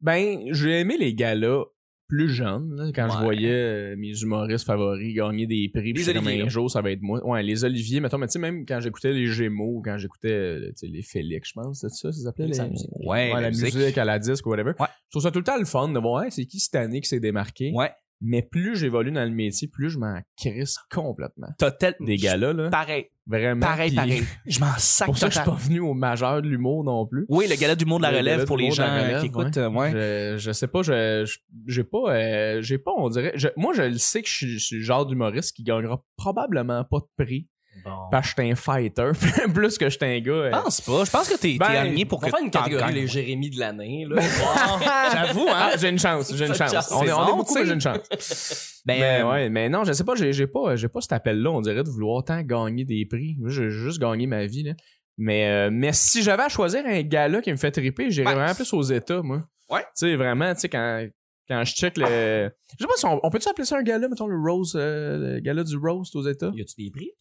Speaker 2: Ben, j'ai aimé les gars-là plus jeunes, là, quand je
Speaker 1: Ouais.
Speaker 2: voyais euh, mes humoristes favoris gagner des prix. puis
Speaker 1: Les
Speaker 2: j'étais comme,
Speaker 1: Olivier,
Speaker 2: un
Speaker 1: là.
Speaker 2: jour, ça va être moi. Ouais, les Olivier, mettons, mais tu sais, même quand j'écoutais les Gémeaux, quand j'écoutais euh, tu sais, les Félix, je pense, c'est ça, ça s'appelait
Speaker 3: Félix
Speaker 2: les...
Speaker 3: à la musique.
Speaker 1: Ouais,
Speaker 2: la musique. à la disque ou whatever.
Speaker 1: Ouais.
Speaker 2: Je trouve ça tout le temps le fun de voir, hey, c'est qui cette année qui s'est démarqué.
Speaker 1: Ouais.
Speaker 2: Mais plus j'évolue dans le métier, plus je m'en crisse complètement.
Speaker 1: T'as tel-
Speaker 2: Des gars-là, là.
Speaker 1: Pareil,
Speaker 2: Vraiment.
Speaker 1: pareil,
Speaker 2: Puis
Speaker 1: pareil. Je m'en sac
Speaker 2: Pour ça, je suis
Speaker 1: total.
Speaker 2: pas venu au majeur de l'humour non plus.
Speaker 1: Oui, le gala du monde de la
Speaker 2: Le
Speaker 1: relève
Speaker 2: gala
Speaker 1: pour
Speaker 2: du
Speaker 1: les
Speaker 2: monde de
Speaker 1: gens
Speaker 2: la
Speaker 1: euh, qui
Speaker 2: relève,
Speaker 1: écoutent. euh, ouais.
Speaker 2: Je, je sais pas, je, je- j'ai pas, euh, j'ai pas, on dirait, je- moi je le sais que je suis, je suis le genre d'humoriste qui gagnera probablement pas de prix
Speaker 3: Bon.
Speaker 2: parce que je suis un fighter, plus que je suis un gars. euh,
Speaker 1: Je pense pas. Je pense que t'es t'es
Speaker 2: Ben,
Speaker 1: aligné pour
Speaker 3: On
Speaker 1: que
Speaker 3: va faire une
Speaker 1: t'en
Speaker 3: catégorie
Speaker 1: gagnes.
Speaker 3: les Jérémy de l'année. là. Wow.
Speaker 2: J'avoue, hein, j'ai une chance, j'ai une
Speaker 3: T'as une
Speaker 2: chance.
Speaker 3: chance.
Speaker 2: On est, on est
Speaker 1: C'est
Speaker 2: beaucoup,
Speaker 1: bon,
Speaker 2: mais j'ai une chance.
Speaker 1: Ben,
Speaker 2: Mais,
Speaker 1: euh,
Speaker 2: ouais, mais non, je sais pas, j'ai, j'ai pas, euh, j'ai pas cet appel-là, on dirait, de vouloir tant gagner des prix. Moi, j'ai juste gagné ma vie, là. Mais, euh, mais si j'avais à choisir un gars-là qui me fait triper, j'irais
Speaker 1: Ouais.
Speaker 2: vraiment plus aux États, moi.
Speaker 1: Ouais.
Speaker 2: Tu sais, vraiment, tu sais, quand, quand je check le. Je sais pas si on, on peut-tu appeler ça un gala, mettons le Rose, euh, le gala du Roast aux États?
Speaker 3: Y a-tu des prix?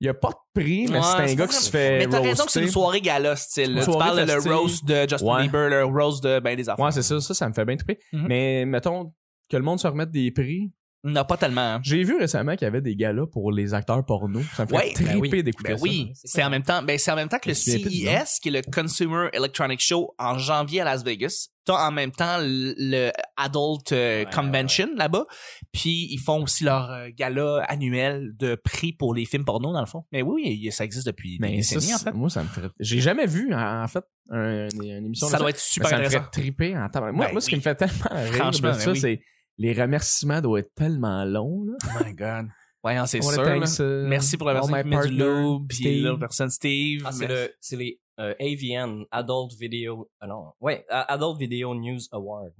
Speaker 2: Il y a pas de prix, mais
Speaker 1: Ouais,
Speaker 2: c'est un
Speaker 1: c'est
Speaker 2: gars
Speaker 1: pas
Speaker 2: qui se
Speaker 1: grave.
Speaker 2: fait.
Speaker 1: Mais t'as raison que c'est une
Speaker 2: roaster.
Speaker 1: soirée gala, style.
Speaker 2: Une
Speaker 1: Tu
Speaker 2: soirée
Speaker 1: parles le
Speaker 2: festive.
Speaker 1: roast de Justin
Speaker 2: Ouais.
Speaker 1: Bieber, le roast de ben, des affaires.
Speaker 2: Ouais, c'est ça, ça, ça me fait bien triper.
Speaker 1: Mhm.
Speaker 2: Mais, mettons, que le monde se remette des prix.
Speaker 1: Non, pas tellement. hein.
Speaker 2: J'ai vu récemment qu'il y avait des galas pour les acteurs porno. Ça me fait
Speaker 1: Ouais,
Speaker 2: triper
Speaker 3: ben oui.
Speaker 2: d'écouter
Speaker 1: Ben
Speaker 2: ça.
Speaker 1: oui,
Speaker 3: c'est
Speaker 1: c'est
Speaker 3: quoi?
Speaker 1: en même temps. Ben c'est en même temps que le
Speaker 2: Je me souviens plus du nom.
Speaker 1: CES, qui est le Consumer Electronic Show en janvier à Las Vegas. T'as en même temps le le Adult euh,
Speaker 3: Ouais,
Speaker 1: Convention là-bas. Puis ils font aussi leur euh, gala annuel de prix pour les films porno dans le fond. Mais oui, il- ça existe depuis des
Speaker 2: Mais ça,
Speaker 1: décennies en
Speaker 2: c'est-
Speaker 1: fait.
Speaker 2: Moi, ça me ferait. J'ai jamais vu, en en fait, un- une émission
Speaker 1: Ça
Speaker 2: de
Speaker 1: doit être
Speaker 2: mais
Speaker 1: super
Speaker 2: ça me
Speaker 1: intéressant.
Speaker 2: ferait triper en tabarnak. Moi,
Speaker 1: Ben
Speaker 2: moi ce qui
Speaker 1: oui.
Speaker 2: me fait tellement rire,
Speaker 1: Franchement,
Speaker 2: de ça,
Speaker 1: ben oui.
Speaker 2: c'est les remerciements doivent être tellement longs. Là.
Speaker 1: Oh my god. Voyons, c'est
Speaker 2: On
Speaker 1: sûr.
Speaker 2: le
Speaker 1: là.
Speaker 2: thanks, euh,
Speaker 1: Merci pour la
Speaker 2: all
Speaker 1: personne
Speaker 2: my
Speaker 1: qui met du
Speaker 2: partner,
Speaker 1: loup, puis
Speaker 2: Steve.
Speaker 1: l'autre personne Steve.
Speaker 3: Ah, c'est le, c'est les euh, AVN, Adult Video, ah non, ouais, A- Adult Video News Award.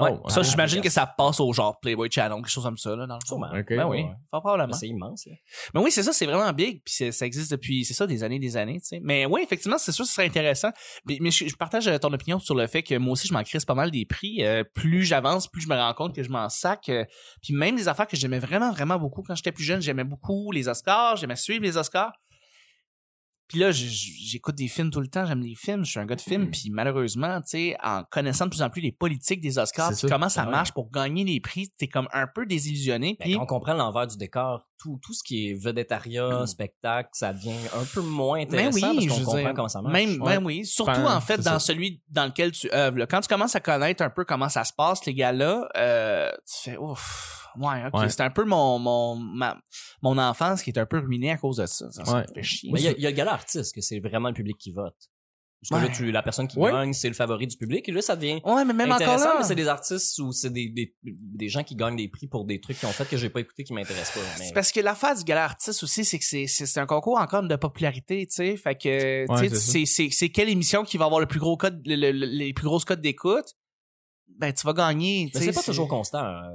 Speaker 2: Oh,
Speaker 1: Ouais, ça,
Speaker 2: ah,
Speaker 1: j'imagine
Speaker 3: regarde.
Speaker 1: que ça passe au genre Playboy Channel, quelque chose comme ça, là, dans le fond.
Speaker 3: Sûrement. Ah,
Speaker 2: Ok,
Speaker 1: Ben oui,
Speaker 2: ouais.
Speaker 1: fort probablement.
Speaker 3: C'est immense. là.
Speaker 1: Mais oui, c'est ça, c'est vraiment big, puis c'est- ça existe depuis, c'est ça, des années, des années, tu sais. Mais oui, effectivement, c'est sûr, ce serait intéressant. Mais, mais je, je partage euh, ton opinion sur le fait que moi aussi, je m'en crisse pas mal des prix. Euh, plus j'avance, plus je me rends compte que je m'en sac. Euh, puis même des affaires que j'aimais vraiment, vraiment beaucoup quand j'étais plus jeune, j'aimais beaucoup les Oscars, j'aimais suivre les Oscars. Puis là, j- j- j'écoute des films tout le temps, j'aime les films, je suis un gars de films,
Speaker 2: Mm.
Speaker 1: puis malheureusement, tu sais, en connaissant de plus en plus les politiques des Oscars,
Speaker 2: C'est
Speaker 1: puis
Speaker 2: ça. Ben
Speaker 1: comment ça
Speaker 2: Ouais.
Speaker 1: marche pour gagner les prix, t'es comme un peu désillusionné.
Speaker 3: Ben,
Speaker 1: puis-
Speaker 3: quand on comprend l'envers du décor, tout, tout ce qui est vedettariat, spectacle, ça devient un peu moins
Speaker 1: Mais
Speaker 3: intéressant
Speaker 1: Mmh. Ben oui,
Speaker 3: parce
Speaker 1: je
Speaker 3: qu'on
Speaker 1: veux
Speaker 3: comprend
Speaker 1: dire,
Speaker 3: comment ça marche.
Speaker 1: Même,
Speaker 2: Ouais.
Speaker 1: même oui. Surtout
Speaker 2: Enfin,
Speaker 1: en fait
Speaker 2: c'est
Speaker 1: dans
Speaker 2: ça.
Speaker 1: celui dans lequel tu œuvres. là. Quand tu commences à connaître un peu comment ça se passe, les gars-là, euh, tu fais ouf. Ouais, ok.
Speaker 2: Ouais.
Speaker 1: C'est un peu mon mon ma- mon enfance qui est un peu ruinée à cause de ça. Ça, ça
Speaker 2: Ouais.
Speaker 1: me fait chier.
Speaker 3: Mais il y, a- il y a le gala artiste que c'est vraiment le public qui vote. Parce que
Speaker 1: Ouais.
Speaker 3: là, tu, la personne qui
Speaker 2: Ouais.
Speaker 3: gagne, c'est le favori du public et là, ça devient
Speaker 1: Ouais, mais même encore
Speaker 3: intéressant,
Speaker 1: là.
Speaker 3: mais c'est des artistes ou c'est des, des, des gens qui gagnent des prix pour des trucs qu'ils ont fait que j'ai pas écouté qui m'intéressent pas. Mais...
Speaker 1: C'est parce que l'affaire du gala artiste aussi, c'est que c'est- c'est c'est un concours encore de popularité, tu sais. Fait que, tu sais,
Speaker 2: c'est ça.
Speaker 1: c'est- c'est c'est quelle émission qui va avoir le plus gros code, le- le- le- les plus grosses codes d'écoute? Ben, tu vas gagner, tu
Speaker 3: Mais
Speaker 1: sais.
Speaker 3: c'est pas toujours constant. euh,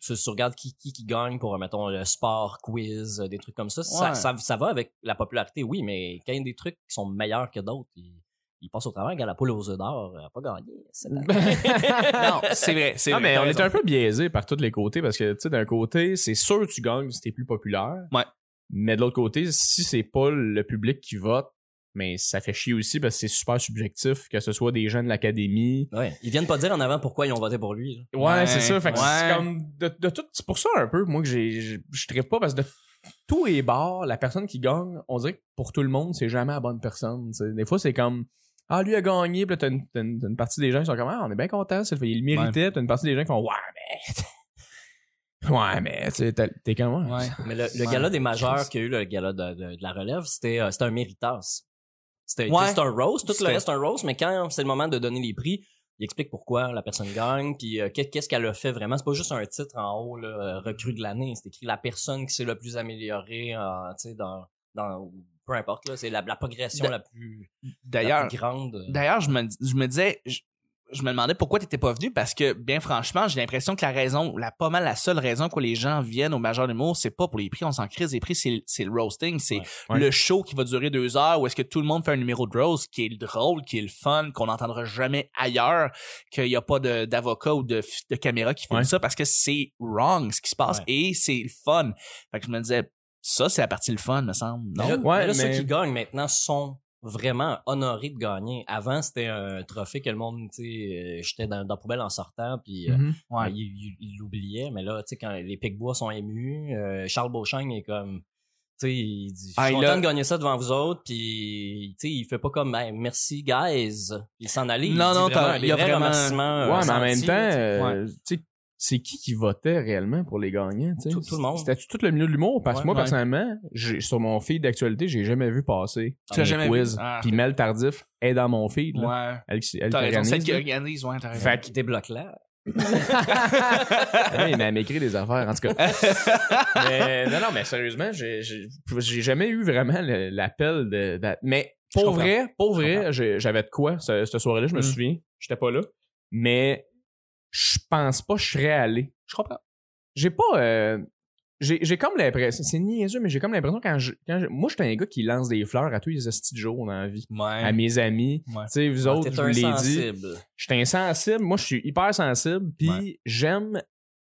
Speaker 3: tu, tu regardes qui, qui, qui gagne pour, euh, mettons, le sport, quiz, euh, des trucs comme ça.
Speaker 1: Ouais.
Speaker 3: Ça, ça. ça va avec la popularité, oui, mais quand il y a des trucs qui sont meilleurs que d'autres, ils, ils passent au travers. Regarde, la poule aux œufs d'or elle a pas gagné. cette
Speaker 1: ben
Speaker 3: année.
Speaker 1: Non, c'est vrai, c'est
Speaker 2: Ah,
Speaker 1: vrai,
Speaker 2: mais
Speaker 1: t'as
Speaker 2: on est
Speaker 1: raison.
Speaker 2: un peu biaisé par tous les côtés parce que, tu sais, d'un côté, c'est sûr que tu gagnes si t'es plus populaire.
Speaker 1: Ouais.
Speaker 2: Mais de l'autre côté, si c'est pas le public qui vote, mais ça fait chier aussi parce que c'est super subjectif, que ce soit des gens de l'académie.
Speaker 3: Ouais. Ils viennent pas dire en avant pourquoi ils ont voté pour lui. là.
Speaker 2: Ouais,
Speaker 1: Ouais,
Speaker 2: c'est ça. Fait que
Speaker 1: ouais.
Speaker 2: c'est comme. De, de tout, c'est pour ça un peu, moi, que j'ai, je- je trippe pas parce que de tous les bords, la personne qui gagne, on dirait que pour tout le monde, c'est jamais la bonne personne. tu sais. Des fois, c'est comme. Ah, lui a gagné, puis là, t'as une, t'as une- t'as une partie des gens qui sont comme, ah, on est bien content, c'est le fait, il le méritait, puis t'as une partie des gens qui font, ouais, mais. ouais, mais, tu sais, t'as- t'es comme, ouais. Euh,
Speaker 1: Ouais.
Speaker 3: Mais le, le
Speaker 1: Ouais.
Speaker 3: gala des majeurs qu'il y a eu, le gala de, de- de la relève, c'était euh, c'était un méritas. C'était
Speaker 1: Ouais.
Speaker 3: c'était un roast, tout le
Speaker 1: C'était-
Speaker 3: reste un roast, mais quand c'est le moment de donner les prix, il explique pourquoi la personne gagne, puis euh, qu'est- qu'est-ce qu'elle a fait vraiment. C'est pas juste un titre en haut, là, euh, recrue de l'année. C'est écrit la personne qui s'est le plus améliorée, euh, tu sais, dans, dans. Peu importe, là, c'est la, la progression
Speaker 1: Da-
Speaker 3: la plus, la
Speaker 1: D'ailleurs,
Speaker 3: plus grande.
Speaker 1: D'ailleurs, je me, je me disais, je, je me demandais pourquoi t'étais pas venu parce que, bien franchement, j'ai l'impression que la raison, la pas mal la seule raison que les gens viennent au Major d'humour, c'est pas pour les prix, on s'en crise. Les prix, c'est c'est le roasting, c'est
Speaker 2: Ouais.
Speaker 1: le show qui va durer deux heures où est-ce que tout le monde fait un numéro de roast qui est drôle, qui est le fun, qu'on n'entendra jamais ailleurs, qu'il n'y a pas de- d'avocat ou de, f- de caméra qui filme
Speaker 2: Ouais.
Speaker 1: ça parce que c'est wrong ce qui se passe
Speaker 3: Ouais.
Speaker 1: et c'est le fun. Fait que je me disais, ça, c'est la partie le fun, me semble.
Speaker 3: Mais
Speaker 1: Non?
Speaker 3: là,
Speaker 2: Ouais,
Speaker 3: mais là, ceux
Speaker 2: mais-
Speaker 3: qui gagnent maintenant sont vraiment honorés de gagner. Avant, c'était un trophée que le monde, tu sais, euh, jetait dans, dans la poubelle en sortant, puis euh,
Speaker 2: Mhm.
Speaker 1: Ouais.
Speaker 3: il- il il l'oubliait. Mais là, tu sais, quand les Picbois sont émus, euh, Charles Beauchamp est comme... Tu sais, il dit, je
Speaker 1: Ah,
Speaker 3: suis
Speaker 1: il
Speaker 3: content
Speaker 1: a-
Speaker 3: de gagner ça devant vous autres, puis tu sais, il fait pas comme Hey, merci guys, il s'en allait.
Speaker 1: Non,
Speaker 3: il dit
Speaker 1: non,
Speaker 3: vraiment
Speaker 1: t'as-
Speaker 3: des
Speaker 1: il y a
Speaker 3: vrais
Speaker 1: vraiment-
Speaker 3: remerciements, euh,
Speaker 2: Ouais, mais en même
Speaker 3: sentis,
Speaker 2: temps,
Speaker 3: là, tu sais.
Speaker 2: euh, tu sais, c'est qui qui votait réellement pour les gagnants. tu sais?
Speaker 3: Tout- tout le monde.
Speaker 2: C'était tout le milieu de l'humour parce que
Speaker 3: Ouais.
Speaker 2: moi,
Speaker 1: Ouais.
Speaker 2: personnellement, j'ai- sur mon feed d'actualité, j'ai jamais vu passer
Speaker 1: Tu l'as
Speaker 2: un
Speaker 1: jamais
Speaker 2: quiz.
Speaker 1: vu? Ah.
Speaker 2: Puis Mel Tardif est dans mon feed. là.
Speaker 1: Ouais.
Speaker 2: Elle, elle
Speaker 1: T'as raison,
Speaker 2: t'organise,
Speaker 1: celle qui
Speaker 2: là.
Speaker 1: organise, ouais, t'as raison.
Speaker 2: Fait que-
Speaker 3: Qui débloque là.
Speaker 2: Ouais, Ah, mais elle m'écrit des affaires, en tout cas. mais, non, non, mais sérieusement, j'ai j'ai- j'ai jamais eu vraiment le- l'appel de, de- Mais pour
Speaker 3: comprends.
Speaker 2: vrai, pour
Speaker 3: Je
Speaker 2: vrai, j'ai- j'avais de quoi ce- cette soirée-là, je me
Speaker 1: Mm.
Speaker 2: souviens. J'étais pas là. Mais je pense pas que je serais allé.
Speaker 1: je comprends.
Speaker 2: J'ai pas. euh, j'ai j'ai comme l'impression. C'est niaiseux, mais j'ai comme l'impression quand je. Quand je- moi, j'étais un gars qui lance des fleurs à tous les hosties de jour dans la vie. À
Speaker 1: Ouais. Ah,
Speaker 2: mes amis.
Speaker 1: Ouais.
Speaker 2: Tu sais,
Speaker 3: Ah,
Speaker 2: vous autres, je vous l'ai dit. Je suis insensible. Moi, je suis hyper sensible. Puis
Speaker 1: Ouais.
Speaker 2: j'aime,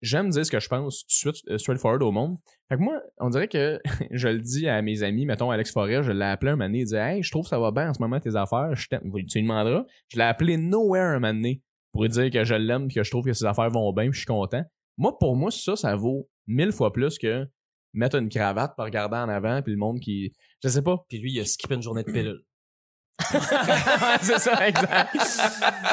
Speaker 2: j'aime dire ce que je pense tout de suite, euh, straightforward au monde. Fait que moi, on dirait que je le dis à mes amis, mettons Alex Forêt, je l'ai appelé un moment donné, il dit Hey, je trouve que ça va bien en ce moment tes affaires, je t'aime. tu lui demanderas. Je l'ai appelé Nowhere un moment donné pour lui dire que je l'aime puis que je trouve que ses affaires vont bien, puis je suis content. Moi, pour moi, ça, ça vaut mille fois plus que mettre une cravate pour regarder en avant puis le monde qui. Je sais pas.
Speaker 3: Puis lui, il a skippé une journée de pilule.
Speaker 2: c'est ça, exact.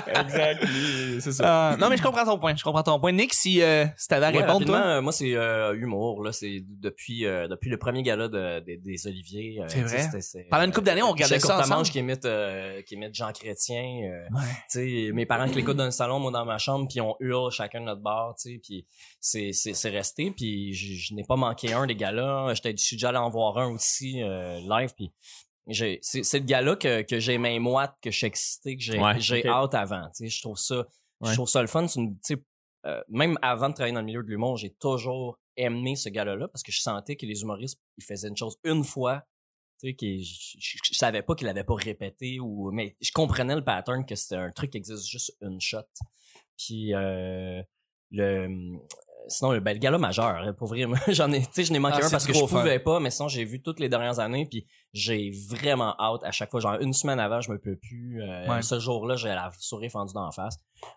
Speaker 2: exact. lui, C'est ça.
Speaker 1: Euh, non, mais je comprends ton point. Je comprends ton point. Nick, si, euh, si t'avais à
Speaker 3: Ouais,
Speaker 1: répondre,
Speaker 3: rapidement,
Speaker 1: toi.
Speaker 3: euh, moi, c'est euh, humour. Là, c'est depuis, euh, depuis le premier gala de- des- des Oliviers. euh,
Speaker 1: C'est
Speaker 3: tu sais,
Speaker 1: vrai.
Speaker 3: c'était- c'est- euh,
Speaker 1: Pendant une couple d'années, on regardait
Speaker 3: Michel
Speaker 1: ça ensemble.
Speaker 3: Courtemanche qui imite, euh, qui imite Jean Chrétien. euh, tu sais, mes parents qui l'écoutent dans le salon, moi dans ma chambre, puis on hurle chacun de notre bar, tu sais, puis c'est, c'est, c'est resté, puis je, je n'ai pas manqué un des gars-là. J'étais, je suis déjà allé en voir un aussi euh, live, puis j'ai, c'est, c'est le gars-là que, que j'ai même moite, que je suis excité, que j'ai,
Speaker 2: Ouais,
Speaker 3: j'ai
Speaker 2: ok.
Speaker 3: hâte avant, tu sais, je trouve ça,
Speaker 2: Ouais.
Speaker 3: je trouve ça le fun, c'est une, tu sais, euh, même avant de travailler dans le milieu de l'humour, j'ai toujours aimé ce gars-là parce que je sentais que les humoristes, ils faisaient une chose une fois, tu sais, qui, je, je- je savais pas qu'il avait pas répété ou, mais je comprenais le pattern que c'était un truc qui existe juste une shot. Puis, euh, le, sinon, le, ben, le gala majeur, hein, pour vrai, moi, j'en ai, tu sais, je n'ai manqué
Speaker 1: Ah,
Speaker 3: un
Speaker 1: c'est
Speaker 3: parce que je
Speaker 1: trop fun.
Speaker 3: pouvais pas, mais sinon, j'ai vu toutes les dernières années, puis j'ai vraiment hâte à chaque fois. Genre, une semaine avant, je me peux plus. euh,
Speaker 1: Ouais.
Speaker 3: Ce jour-là, j'ai la souris fendue d'en face.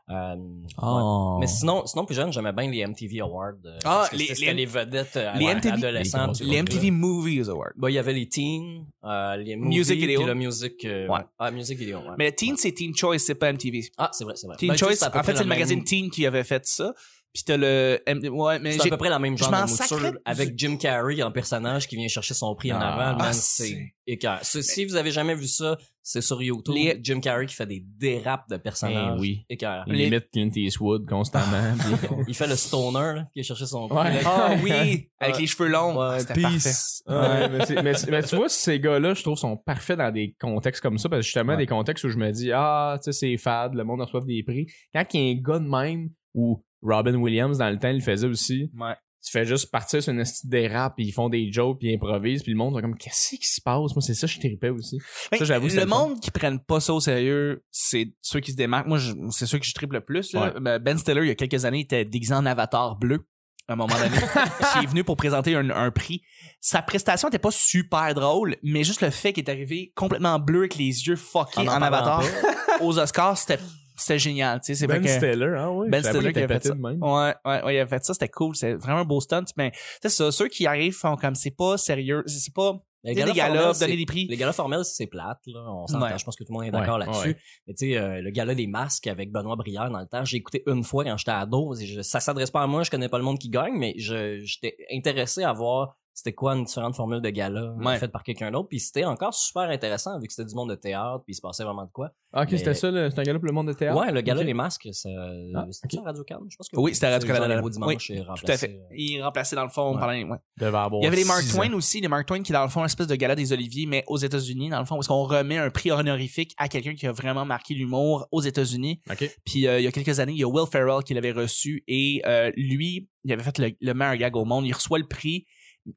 Speaker 3: Euh, ouais.
Speaker 2: Oh.
Speaker 3: Mais sinon, sinon plus jeune, j'aimais bien les MTV Awards. euh,
Speaker 1: Ah,
Speaker 3: parce que
Speaker 1: les-
Speaker 3: c'était-
Speaker 1: les-
Speaker 3: c'était les vedettes euh,
Speaker 1: les
Speaker 3: ouais,
Speaker 1: MTV
Speaker 3: adolescentes.
Speaker 1: Les MTV Movies Awards.
Speaker 3: Bah, il y avait les teens, euh, les
Speaker 1: Music
Speaker 3: music
Speaker 1: video.
Speaker 3: vidéo. le music. euh,
Speaker 1: Ouais.
Speaker 3: Ah, music video. ouais.
Speaker 1: Mais Teen, c'est Teen Choice, c'est pas MTV.
Speaker 3: Ah, c'est vrai, c'est vrai.
Speaker 1: Teen
Speaker 3: Ben, tu sais,
Speaker 1: Choice,
Speaker 3: à peu
Speaker 1: en fait,
Speaker 3: près
Speaker 1: c'est le
Speaker 3: la même-
Speaker 1: magazine Teen qui avait fait ça. Puis t'as le. M- Ouais, mais
Speaker 3: C'est à
Speaker 1: j'ai.
Speaker 3: peu près la même
Speaker 1: je
Speaker 3: genre
Speaker 1: m'en
Speaker 3: de mouture
Speaker 1: sacrais-
Speaker 3: avec Jim Carrey en personnage qui vient chercher son prix en
Speaker 2: Ah.
Speaker 3: avant.
Speaker 1: Ah,
Speaker 3: Man,
Speaker 1: c'est-
Speaker 3: c'est écœurant. Ce- Si vous avez jamais vu ça, c'est sur YouTube.
Speaker 1: Les-
Speaker 3: Jim Carrey qui fait des dérapes de personnages.
Speaker 2: Eh oui.
Speaker 3: Écœurant.
Speaker 2: Il imite Clint Eastwood constamment. puis-
Speaker 3: Il fait le stoner là, qui a cherché son prix.
Speaker 2: Ouais.
Speaker 1: Ah oui! Avec les cheveux longs. Ah,
Speaker 3: Ouais,
Speaker 1: C'était parfait.
Speaker 2: Peace. Ouais, mais, c'est- mais c'est- mais tu vois, ces gars-là, je trouve, sont parfaits dans des contextes comme ça, parce que justement,
Speaker 3: Ouais.
Speaker 2: des contextes où je me dis, ah, tu sais, c'est fade, le monde reçoit des prix. Quand il y a un gars de même, ou Robin Williams, dans le temps, il le faisait aussi,
Speaker 1: Ouais.
Speaker 2: tu fais juste partir sur une esti de rap, puis ils font des jokes, puis ils improvisent, puis le monde, sont comme, qu'est-ce qui se passe? Moi, c'est ça, je trippais aussi.
Speaker 1: Ben,
Speaker 2: Ça, j'avoue, c'est
Speaker 1: le
Speaker 2: le fun.
Speaker 1: monde qui prennent pas ça au sérieux, c'est ceux qui se démarquent. Moi, je- c'est ceux que je triple le plus. là. Ben, Ben Stiller, il y a quelques années, était déguisé en avatar bleu à un moment donné. Puis il est venu pour présenter un, un prix. Sa prestation était pas super drôle, mais juste le fait qu'il est arrivé complètement bleu avec les yeux fuckés
Speaker 3: En
Speaker 1: en,
Speaker 3: en
Speaker 1: avatar
Speaker 3: parlant
Speaker 1: aux Oscars, c'était c'était génial. tu sais, C'est
Speaker 2: Ben
Speaker 1: vrai que-
Speaker 2: Stiller, hein, ouais.
Speaker 1: Ben
Speaker 2: Je savais
Speaker 1: Stiller
Speaker 2: pas
Speaker 1: qui
Speaker 2: qu'il
Speaker 1: avait fait
Speaker 2: était
Speaker 1: ça.
Speaker 2: de même.
Speaker 1: Ouais, ouais, ouais, il avait fait ça, c'était cool, c'est vraiment un beau stunt, mais c'est ça, ceux qui arrivent font comme c'est pas sérieux, c'est c'est pas
Speaker 3: Les
Speaker 1: des galas,
Speaker 3: galas formels, c'est-
Speaker 1: donner des prix.
Speaker 3: les galas formels, c'est plate, là. On s'entend.
Speaker 1: Ouais.
Speaker 3: Je pense que tout le monde est d'accord
Speaker 2: Ouais,
Speaker 3: là-dessus.
Speaker 2: ouais.
Speaker 3: Mais tu sais, euh, le gala des masques avec Benoît Brière dans le temps, j'ai écouté une fois quand j'étais ado. Et je- ça s'adresse pas à moi, je connais pas le monde qui gagne, mais je- j'étais intéressé à voir c'était quoi une différente formule de gala euh,
Speaker 1: Ouais.
Speaker 3: faite par quelqu'un d'autre. Puis c'était encore super intéressant vu que c'était du monde de théâtre, puis il se passait vraiment de quoi.
Speaker 2: Ah, ok,
Speaker 3: Mais-
Speaker 2: c'était ça, le- c'était un gars pour le monde de théâtre.
Speaker 3: Ouais, le gala
Speaker 2: Ok.
Speaker 3: des masques, ça-
Speaker 2: ok.
Speaker 3: c'était Radio Can, je pense que
Speaker 1: Ah, Oui, c'était à Radio-Canada.
Speaker 3: Can.
Speaker 1: Oui,
Speaker 3: dimanche et
Speaker 1: Tout à
Speaker 3: remplacé, euh,
Speaker 1: fait. Il remplaçait dans le fond
Speaker 2: Ouais.
Speaker 1: par la- ouais.
Speaker 2: Devait avoir
Speaker 1: Il y avait les Mark
Speaker 2: six ans.
Speaker 1: Twain aussi, les Mark Twain qui dans le fond une espèce de gala des Oliviers, mais aux États-Unis dans le fond, parce qu'on remet un prix honorifique à quelqu'un qui a vraiment marqué l'humour aux États-Unis.
Speaker 2: Ok.
Speaker 1: Puis euh, il y a quelques années, il y a Will Ferrell qui l'avait reçu et euh, lui, il avait fait le, le meilleur gag au monde. Il reçoit le prix,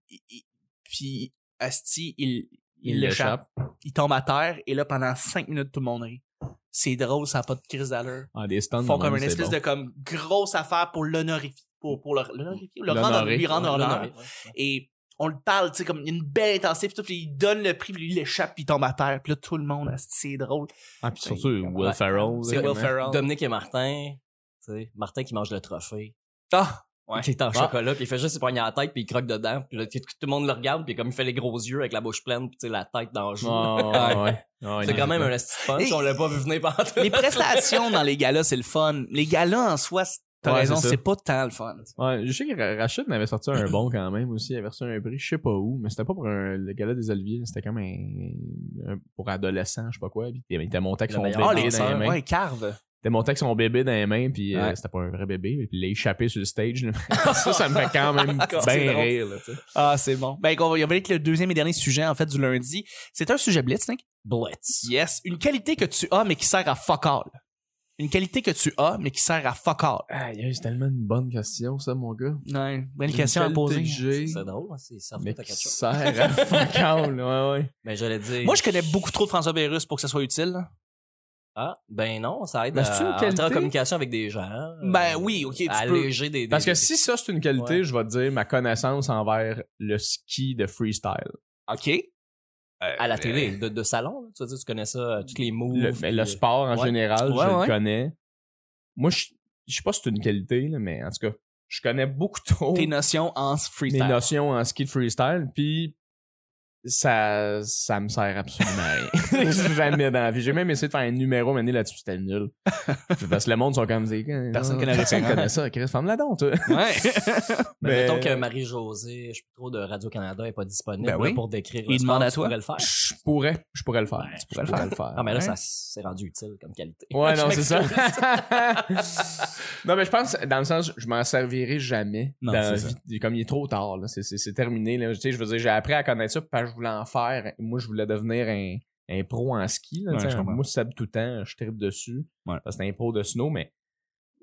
Speaker 1: il- il- puis Asti, il, il, l'échappe. il tombe à terre et là pendant cinq minutes tout le monde rit. C'est drôle, ça n'a pas de crise d'allure.
Speaker 2: Ah, des stunts.
Speaker 1: Ils font comme une espèce de comme grosse affaire pour l'honorifier, pour, pour le, l'honorifier ou le rendre,
Speaker 2: L'honorer.
Speaker 1: lui rendre
Speaker 3: Ouais,
Speaker 1: honneur.
Speaker 3: l'honoré, ouais.
Speaker 1: Et on le parle, tu sais, comme une belle intensité, puis tout, puis il donne le prix, puis lui, il l'échappe, puis il tombe à terre, puis là, tout le monde, asti, c'est drôle.
Speaker 2: Ah, puis surtout Will
Speaker 1: Ben, Ouais.
Speaker 2: Ferrell.
Speaker 1: C'est
Speaker 2: là,
Speaker 1: Will
Speaker 2: hein.
Speaker 1: Ferrell.
Speaker 3: Dominique et Martin, tu sais, Martin qui mange le trophée.
Speaker 1: Ah! Ouais.
Speaker 3: Qui est en
Speaker 2: Ah.
Speaker 3: chocolat, puis il fait juste se pogner la tête, puis il croque dedans, puis là, tout tout le monde le regarde, puis comme il fait les gros yeux avec la bouche pleine, puis tu sais, la tête dans le joue.
Speaker 2: Ah, ouais, ouais. Ouais,
Speaker 3: c'est
Speaker 2: non,
Speaker 3: quand même
Speaker 2: pas-
Speaker 3: un esti de punch,
Speaker 1: Et-
Speaker 3: on l'a pas vu venir pendant
Speaker 1: Les prestations dans les galas, c'est le fun. Les galas en soi, c'est- T'as
Speaker 2: Ouais,
Speaker 1: raison,
Speaker 2: c'est ça.
Speaker 1: c'est pas tant le fun.
Speaker 2: Ouais, je sais que Ra- Rachid en avait sorti un bon quand même aussi. Il avait sorti un prix, je sais pas où, mais c'était pas pour un- le gala des Oliviers, c'était comme un, un- pour adolescent, je sais pas quoi. Puis il était monté avec
Speaker 3: Le
Speaker 2: son bébé
Speaker 3: meilleur
Speaker 2: dans
Speaker 1: Ah,
Speaker 2: les
Speaker 1: les sœurs,
Speaker 2: mains.
Speaker 1: ouais, carve.
Speaker 2: Il était monté avec son bébé dans les mains, puis euh,
Speaker 3: Ouais.
Speaker 2: c'était pas un vrai bébé. Puis il l'a échappé sur le stage. là. ça, ça me fait quand même
Speaker 1: C'est
Speaker 2: bien
Speaker 1: drôle.
Speaker 2: rire. Là, tu sais.
Speaker 1: Ah, c'est bon. Ben, on va y aller avec le deuxième et dernier sujet, en fait, du lundi. C'est un sujet blitz, Nick.
Speaker 3: Blitz.
Speaker 1: Yes. Une qualité que tu as, mais qui sert à fuck all. Une qualité que tu as, mais qui sert à fuck all.
Speaker 2: Aïe, aïe, c'est tellement une bonne question, ça, mon gars.
Speaker 1: Ouais, bonne question à poser.
Speaker 2: J'ai,
Speaker 3: C'est drôle, hein, c'est ça
Speaker 2: mais
Speaker 3: fait à
Speaker 2: qui
Speaker 3: quelque chose.
Speaker 2: sert à fuck all, ouais, ouais.
Speaker 3: Mais j'allais dire.
Speaker 1: Moi, je connais beaucoup trop de François Bérus pour que ça soit utile. là.
Speaker 3: Ah, ben non, ça aide
Speaker 2: Mais c'est-tu une
Speaker 3: à entrer en
Speaker 2: qualité?
Speaker 3: communication avec des gens. euh,
Speaker 1: Ben oui, ok, tu
Speaker 3: à
Speaker 1: peux.
Speaker 3: alléger des, des-
Speaker 2: Parce que
Speaker 3: des-
Speaker 2: si ça, c'est une qualité,
Speaker 3: Ouais.
Speaker 2: je vais te dire ma connaissance envers le ski de freestyle. Euh,
Speaker 1: OK.
Speaker 3: à la télé, de, de salon, là, tu veux dire, tu connais ça, euh, tous les moves.
Speaker 2: le, mais
Speaker 3: puis,
Speaker 2: le
Speaker 3: euh,
Speaker 2: sport en
Speaker 3: Ouais.
Speaker 2: général,
Speaker 1: Ouais,
Speaker 2: je
Speaker 1: ouais.
Speaker 2: le connais. Moi, je, je sais pas si c'est une qualité, là, mais en tout cas, je connais beaucoup trop
Speaker 1: Tes
Speaker 2: mes
Speaker 1: notions en freestyle.
Speaker 2: notions en ski de freestyle, puis ça, ça me sert absolument à rien. Jamais dans la vie. J'ai même essayé de faire un numéro mené là-dessus, c'était nul. Parce que le monde sont comme des
Speaker 1: Personne connaît
Speaker 2: personne
Speaker 1: rien.
Speaker 2: connaît ça. Chris, ferme-la donc, toi.
Speaker 1: Ouais.
Speaker 3: Mais
Speaker 2: Mais-
Speaker 3: Ben, mettons que Marie-Josée, je sais plus trop, de Radio-Canada n'est pas disponible
Speaker 1: Ben oui.
Speaker 3: là, pour décrire
Speaker 1: Il
Speaker 3: le
Speaker 1: demande
Speaker 3: sport,
Speaker 1: à
Speaker 3: tu
Speaker 1: toi.
Speaker 3: pourrais le faire.
Speaker 2: Je pourrais, je pourrais le faire.
Speaker 1: Ouais,
Speaker 2: Tu
Speaker 1: je
Speaker 2: pourrais
Speaker 1: pourrais
Speaker 2: le faire.
Speaker 3: Ah, mais là,
Speaker 1: Ouais.
Speaker 3: ça s'est rendu utile comme qualité.
Speaker 2: Ouais, non,
Speaker 1: Je
Speaker 2: c'est ça. non, mais je pense, dans le sens, je m'en servirai jamais.
Speaker 1: Non,
Speaker 2: dans
Speaker 1: c'est
Speaker 2: la
Speaker 1: ça.
Speaker 2: vie. Comme il est trop tard, là. C'est, c'est- c'est terminé. Là. Tu sais, je veux dire, j'ai appris à connaître ça parce que je voulais en faire. Moi, je voulais devenir un, un pro en ski. Là,
Speaker 1: Ouais,
Speaker 2: Tu sais,
Speaker 1: je comprends.
Speaker 2: moi, je sable tout le temps, je tripe dessus.
Speaker 1: Ouais.
Speaker 2: Parce que c'est un pro de snow, mais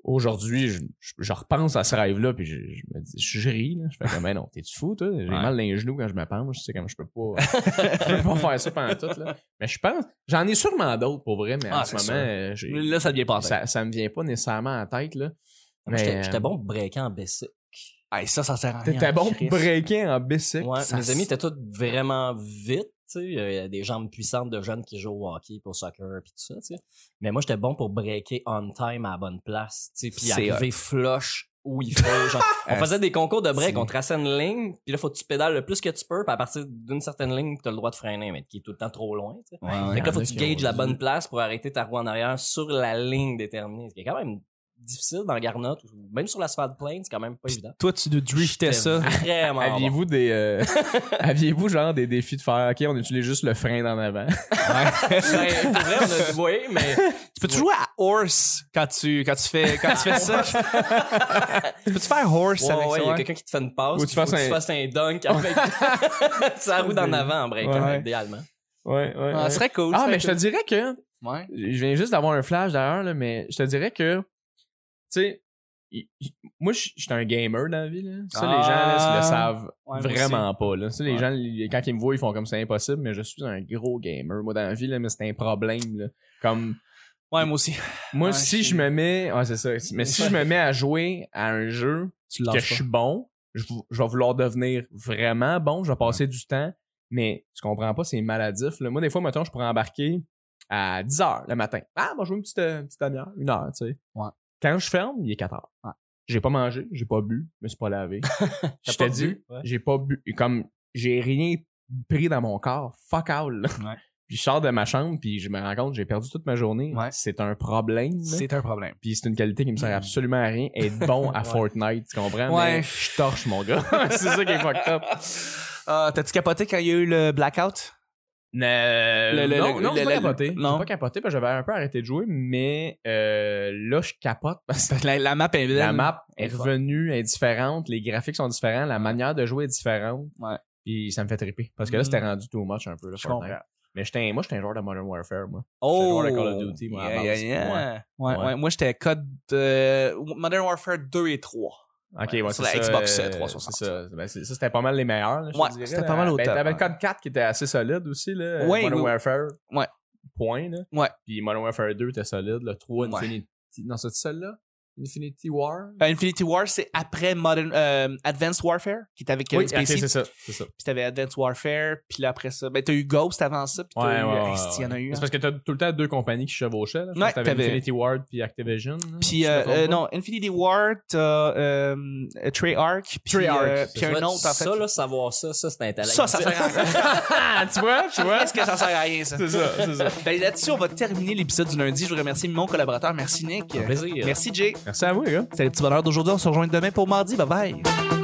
Speaker 2: aujourd'hui, je, je- je repense à ce rêve-là, puis je, je me dis, je, je ris. Là. Je fais comme, ben non, t'es-tu fou, toi? J'ai mal dans les genoux quand je me penche. Je sais comme, je peux pas, je peux pas faire ça pendant tout. Là. Mais je pense, j'en ai sûrement d'autres pour vrai, mais
Speaker 1: Ah,
Speaker 2: en ce
Speaker 1: c'est
Speaker 2: moment, euh, j'ai-
Speaker 1: Là, ça devient pas en tête.
Speaker 2: ça, ça me vient pas nécessairement en tête, là.
Speaker 3: Moi, J'étais
Speaker 2: Mais,
Speaker 1: euh,
Speaker 3: j'étais bon pour breaker en BC.
Speaker 1: Hey, ça, ça sert à rien.
Speaker 2: T'étais bon pour
Speaker 1: Chris.
Speaker 2: breaker en bicycle.
Speaker 3: Ouais,
Speaker 1: ça
Speaker 3: mes
Speaker 1: s-
Speaker 3: amis étaient tous vraiment vite. tu sais, Il y a des jambes puissantes de jeunes qui jouent au hockey pour soccer puis tout ça. tu sais. Mais moi, j'étais bon pour breaker on time à la bonne place. tu sais, Puis
Speaker 1: C'est
Speaker 3: arriver flush où il faut. genre. on faisait des concours de break,
Speaker 1: C'est-
Speaker 3: on traçait une ligne, puis là, faut que tu pédales le plus que tu peux, puis à partir d'une certaine ligne, t'as le droit de freiner, mais qui est tout le temps trop loin. tu sais.
Speaker 1: Ouais, ouais.
Speaker 3: Fait que là,
Speaker 2: y en
Speaker 3: faut
Speaker 2: a
Speaker 3: que tu
Speaker 2: qui
Speaker 3: gages
Speaker 2: ont
Speaker 3: la
Speaker 2: dit-
Speaker 3: bonne place pour arrêter ta roue en arrière sur la ligne déterminée. Ce qui est quand même difficile dans le Garnotte, ou même sur l'asphalte plane, c'est quand même pas évident.
Speaker 1: Toi, tu driftais ça.
Speaker 3: J'étais Vraiment. bon.
Speaker 2: Aviez-vous des. euh, Aviez-vous genre des défis de faire, OK, on utilise juste le frein d'en avant?
Speaker 3: Ben, pour vrai, on a dit oui, mais
Speaker 1: Tu peux-tu jouer à horse quand tu, quand tu, fais, quand tu fais ça? tu peux-tu faire horse
Speaker 3: ouais,
Speaker 1: avec
Speaker 3: ouais,
Speaker 1: ça?
Speaker 3: il y a
Speaker 1: ouais?
Speaker 3: quelqu'un qui te fait une passe.
Speaker 2: Ou tu
Speaker 3: puis faut
Speaker 2: fasses
Speaker 3: que tu
Speaker 2: un-
Speaker 3: fasses un dunk avec sa roue d'en avant en breakant,
Speaker 2: Ouais, ouais.
Speaker 3: idéalement.
Speaker 2: Ouais, ouais.
Speaker 1: Ah, ce serait cool.
Speaker 2: Ah,
Speaker 1: ce
Speaker 2: mais je te
Speaker 1: serait
Speaker 2: dirais que.
Speaker 1: cool. Ouais.
Speaker 2: Je viens juste d'avoir un flash d'ailleurs, là, mais je te dirais que. Tu sais, y- y- moi, je je suis un gamer dans la vie. Là. Ça, les gens là,
Speaker 1: Ah.
Speaker 2: le savent
Speaker 1: Ouais, moi
Speaker 2: vraiment pas. Là. Ça, les
Speaker 1: Ouais.
Speaker 2: gens, les- quand ils me voient, ils font comme c'est impossible, mais je suis un gros gamer. Moi, dans la vie, là, mais c'est un problème. Là. Comme.
Speaker 1: Ouais, moi aussi.
Speaker 2: Moi,
Speaker 1: Ouais,
Speaker 2: si
Speaker 1: je-
Speaker 2: je me mets. Ouais, c'est ça. Mais si je me mets à jouer à un jeu
Speaker 1: Tu
Speaker 2: que je suis bon, je, vou- je vais vouloir devenir vraiment bon, je vais passer du temps, mais tu comprends pas, c'est maladif. là. Moi, des fois, mettons, je pourrais embarquer à 10 h le matin. Ah, moi, je joue une petite, euh, une petite demi-heure, une heure, tu sais.
Speaker 1: Ouais.
Speaker 2: Quand je ferme, il est 4 heures.
Speaker 1: Ouais.
Speaker 2: J'ai pas mangé, j'ai pas bu, je me suis pas lavé. je
Speaker 3: pas
Speaker 2: te dis,
Speaker 3: bu, ouais.
Speaker 2: j'ai pas bu. Et Comme, j'ai rien pris dans mon corps. Fuck all. là.
Speaker 1: Ouais.
Speaker 2: Puis je sors de ma chambre, puis je me rends compte, j'ai perdu toute ma journée.
Speaker 1: Ouais.
Speaker 2: C'est un problème. là.
Speaker 1: C'est un problème.
Speaker 2: Puis c'est une qualité qui me sert
Speaker 1: Mm.
Speaker 2: absolument à rien. Être bon à
Speaker 3: Ouais.
Speaker 2: Fortnite, tu comprends?
Speaker 1: Ouais.
Speaker 2: Mais je torche, mon gars. c'est ça qui est fucked up.
Speaker 1: Ah, T'as-tu capoté quand il y a eu le blackout? Le- le-
Speaker 2: euh, non,
Speaker 1: le-
Speaker 2: non,
Speaker 1: le-
Speaker 2: j'ai
Speaker 1: le-
Speaker 2: pas capoté. J'ai
Speaker 1: non.
Speaker 2: pas capoté parce que j'avais un peu arrêté de jouer, mais euh, là, je capote parce que
Speaker 1: La, la map est belle.
Speaker 2: la map est
Speaker 1: Ouais.
Speaker 2: revenue, est différente, les graphiques sont différents, la manière de jouer est différente.
Speaker 1: Ouais.
Speaker 2: Puis ça me fait triper. Parce que là,
Speaker 1: Mm.
Speaker 2: c'était rendu too much un peu, là,
Speaker 1: Je
Speaker 2: Fortnite.
Speaker 1: comprends.
Speaker 2: Mais j'étais un- moi, j'étais un joueur de Modern Warfare, moi.
Speaker 1: Oh!
Speaker 2: J'étais joueur de Call of Duty, moi, à
Speaker 1: Yeah,
Speaker 2: base.
Speaker 1: yeah, yeah. Ouais,
Speaker 2: Ouais.
Speaker 1: ouais. Moi, j'étais code euh, Modern Warfare 2 et 3.
Speaker 2: Ok,
Speaker 1: Ouais,
Speaker 2: ouais,
Speaker 1: sur
Speaker 2: c'est
Speaker 1: la
Speaker 2: ça,
Speaker 1: Xbox,
Speaker 2: euh,
Speaker 1: 360.
Speaker 2: c'est ça. Ben, c'est- ça, c'était pas mal les meilleurs. là, je te
Speaker 1: Ouais,
Speaker 2: dirais,
Speaker 1: c'était
Speaker 2: là.
Speaker 1: pas mal au
Speaker 2: Ben,
Speaker 1: top,
Speaker 2: T'avais
Speaker 1: ouais.
Speaker 2: le code 4 qui était assez solide aussi. Là, euh,
Speaker 1: Ouais,
Speaker 2: Modern
Speaker 1: oui.
Speaker 2: Warfare.
Speaker 1: Ouais.
Speaker 2: Point. Là.
Speaker 1: Ouais.
Speaker 2: Puis Modern Warfare 2 était solide. Le 3,
Speaker 1: Ouais.
Speaker 2: Infinity. Non, c'est celle-là Infinity War.
Speaker 1: Euh, Infinity War, c'est après Modern, euh, Advanced Warfare, qui était avec euh,
Speaker 2: Oui, ok,
Speaker 1: Spacey.
Speaker 2: c'est ça. C'est ça.
Speaker 1: puis t'avais Advanced Warfare, puis là, après ça, ben t'as eu Ghost avant ça, puis t'as eu... Hey, si, y en a eu.
Speaker 2: C'est
Speaker 1: hein.
Speaker 2: parce que t'as tout le temps deux compagnies qui chevauchaient. Là. Je
Speaker 1: Ouais,
Speaker 2: pense que t'avais
Speaker 1: t'avais-
Speaker 2: Infinity Ward puis Activision. là, si
Speaker 1: Puis,
Speaker 2: je me
Speaker 1: euh,
Speaker 2: trompe
Speaker 1: euh,
Speaker 2: pas.
Speaker 1: non, Infinity War, t'as euh, euh, Treyarch, puis
Speaker 2: Treyarch,
Speaker 1: euh,
Speaker 2: c'est
Speaker 1: puis un
Speaker 3: Ouais,
Speaker 1: autre, en fait.
Speaker 3: Ça, là, savoir ça, ça, c'est un talent.
Speaker 1: ça, ça sert à rien.
Speaker 2: Ah, tu vois, tu vois.
Speaker 1: Est-ce que ça sert à rien, ça?
Speaker 2: C'est ça, c'est ça.
Speaker 1: Ben, là-dessus, on va terminer l'épisode du lundi. Je vous remercie mon collaborateur. Merci, Nick.
Speaker 3: Un plaisir.
Speaker 1: Merci, Jay.
Speaker 2: Merci à vous, les gars.
Speaker 1: C'est les petits bonheurs d'aujourd'hui. On se rejoint demain pour mardi. Bye bye.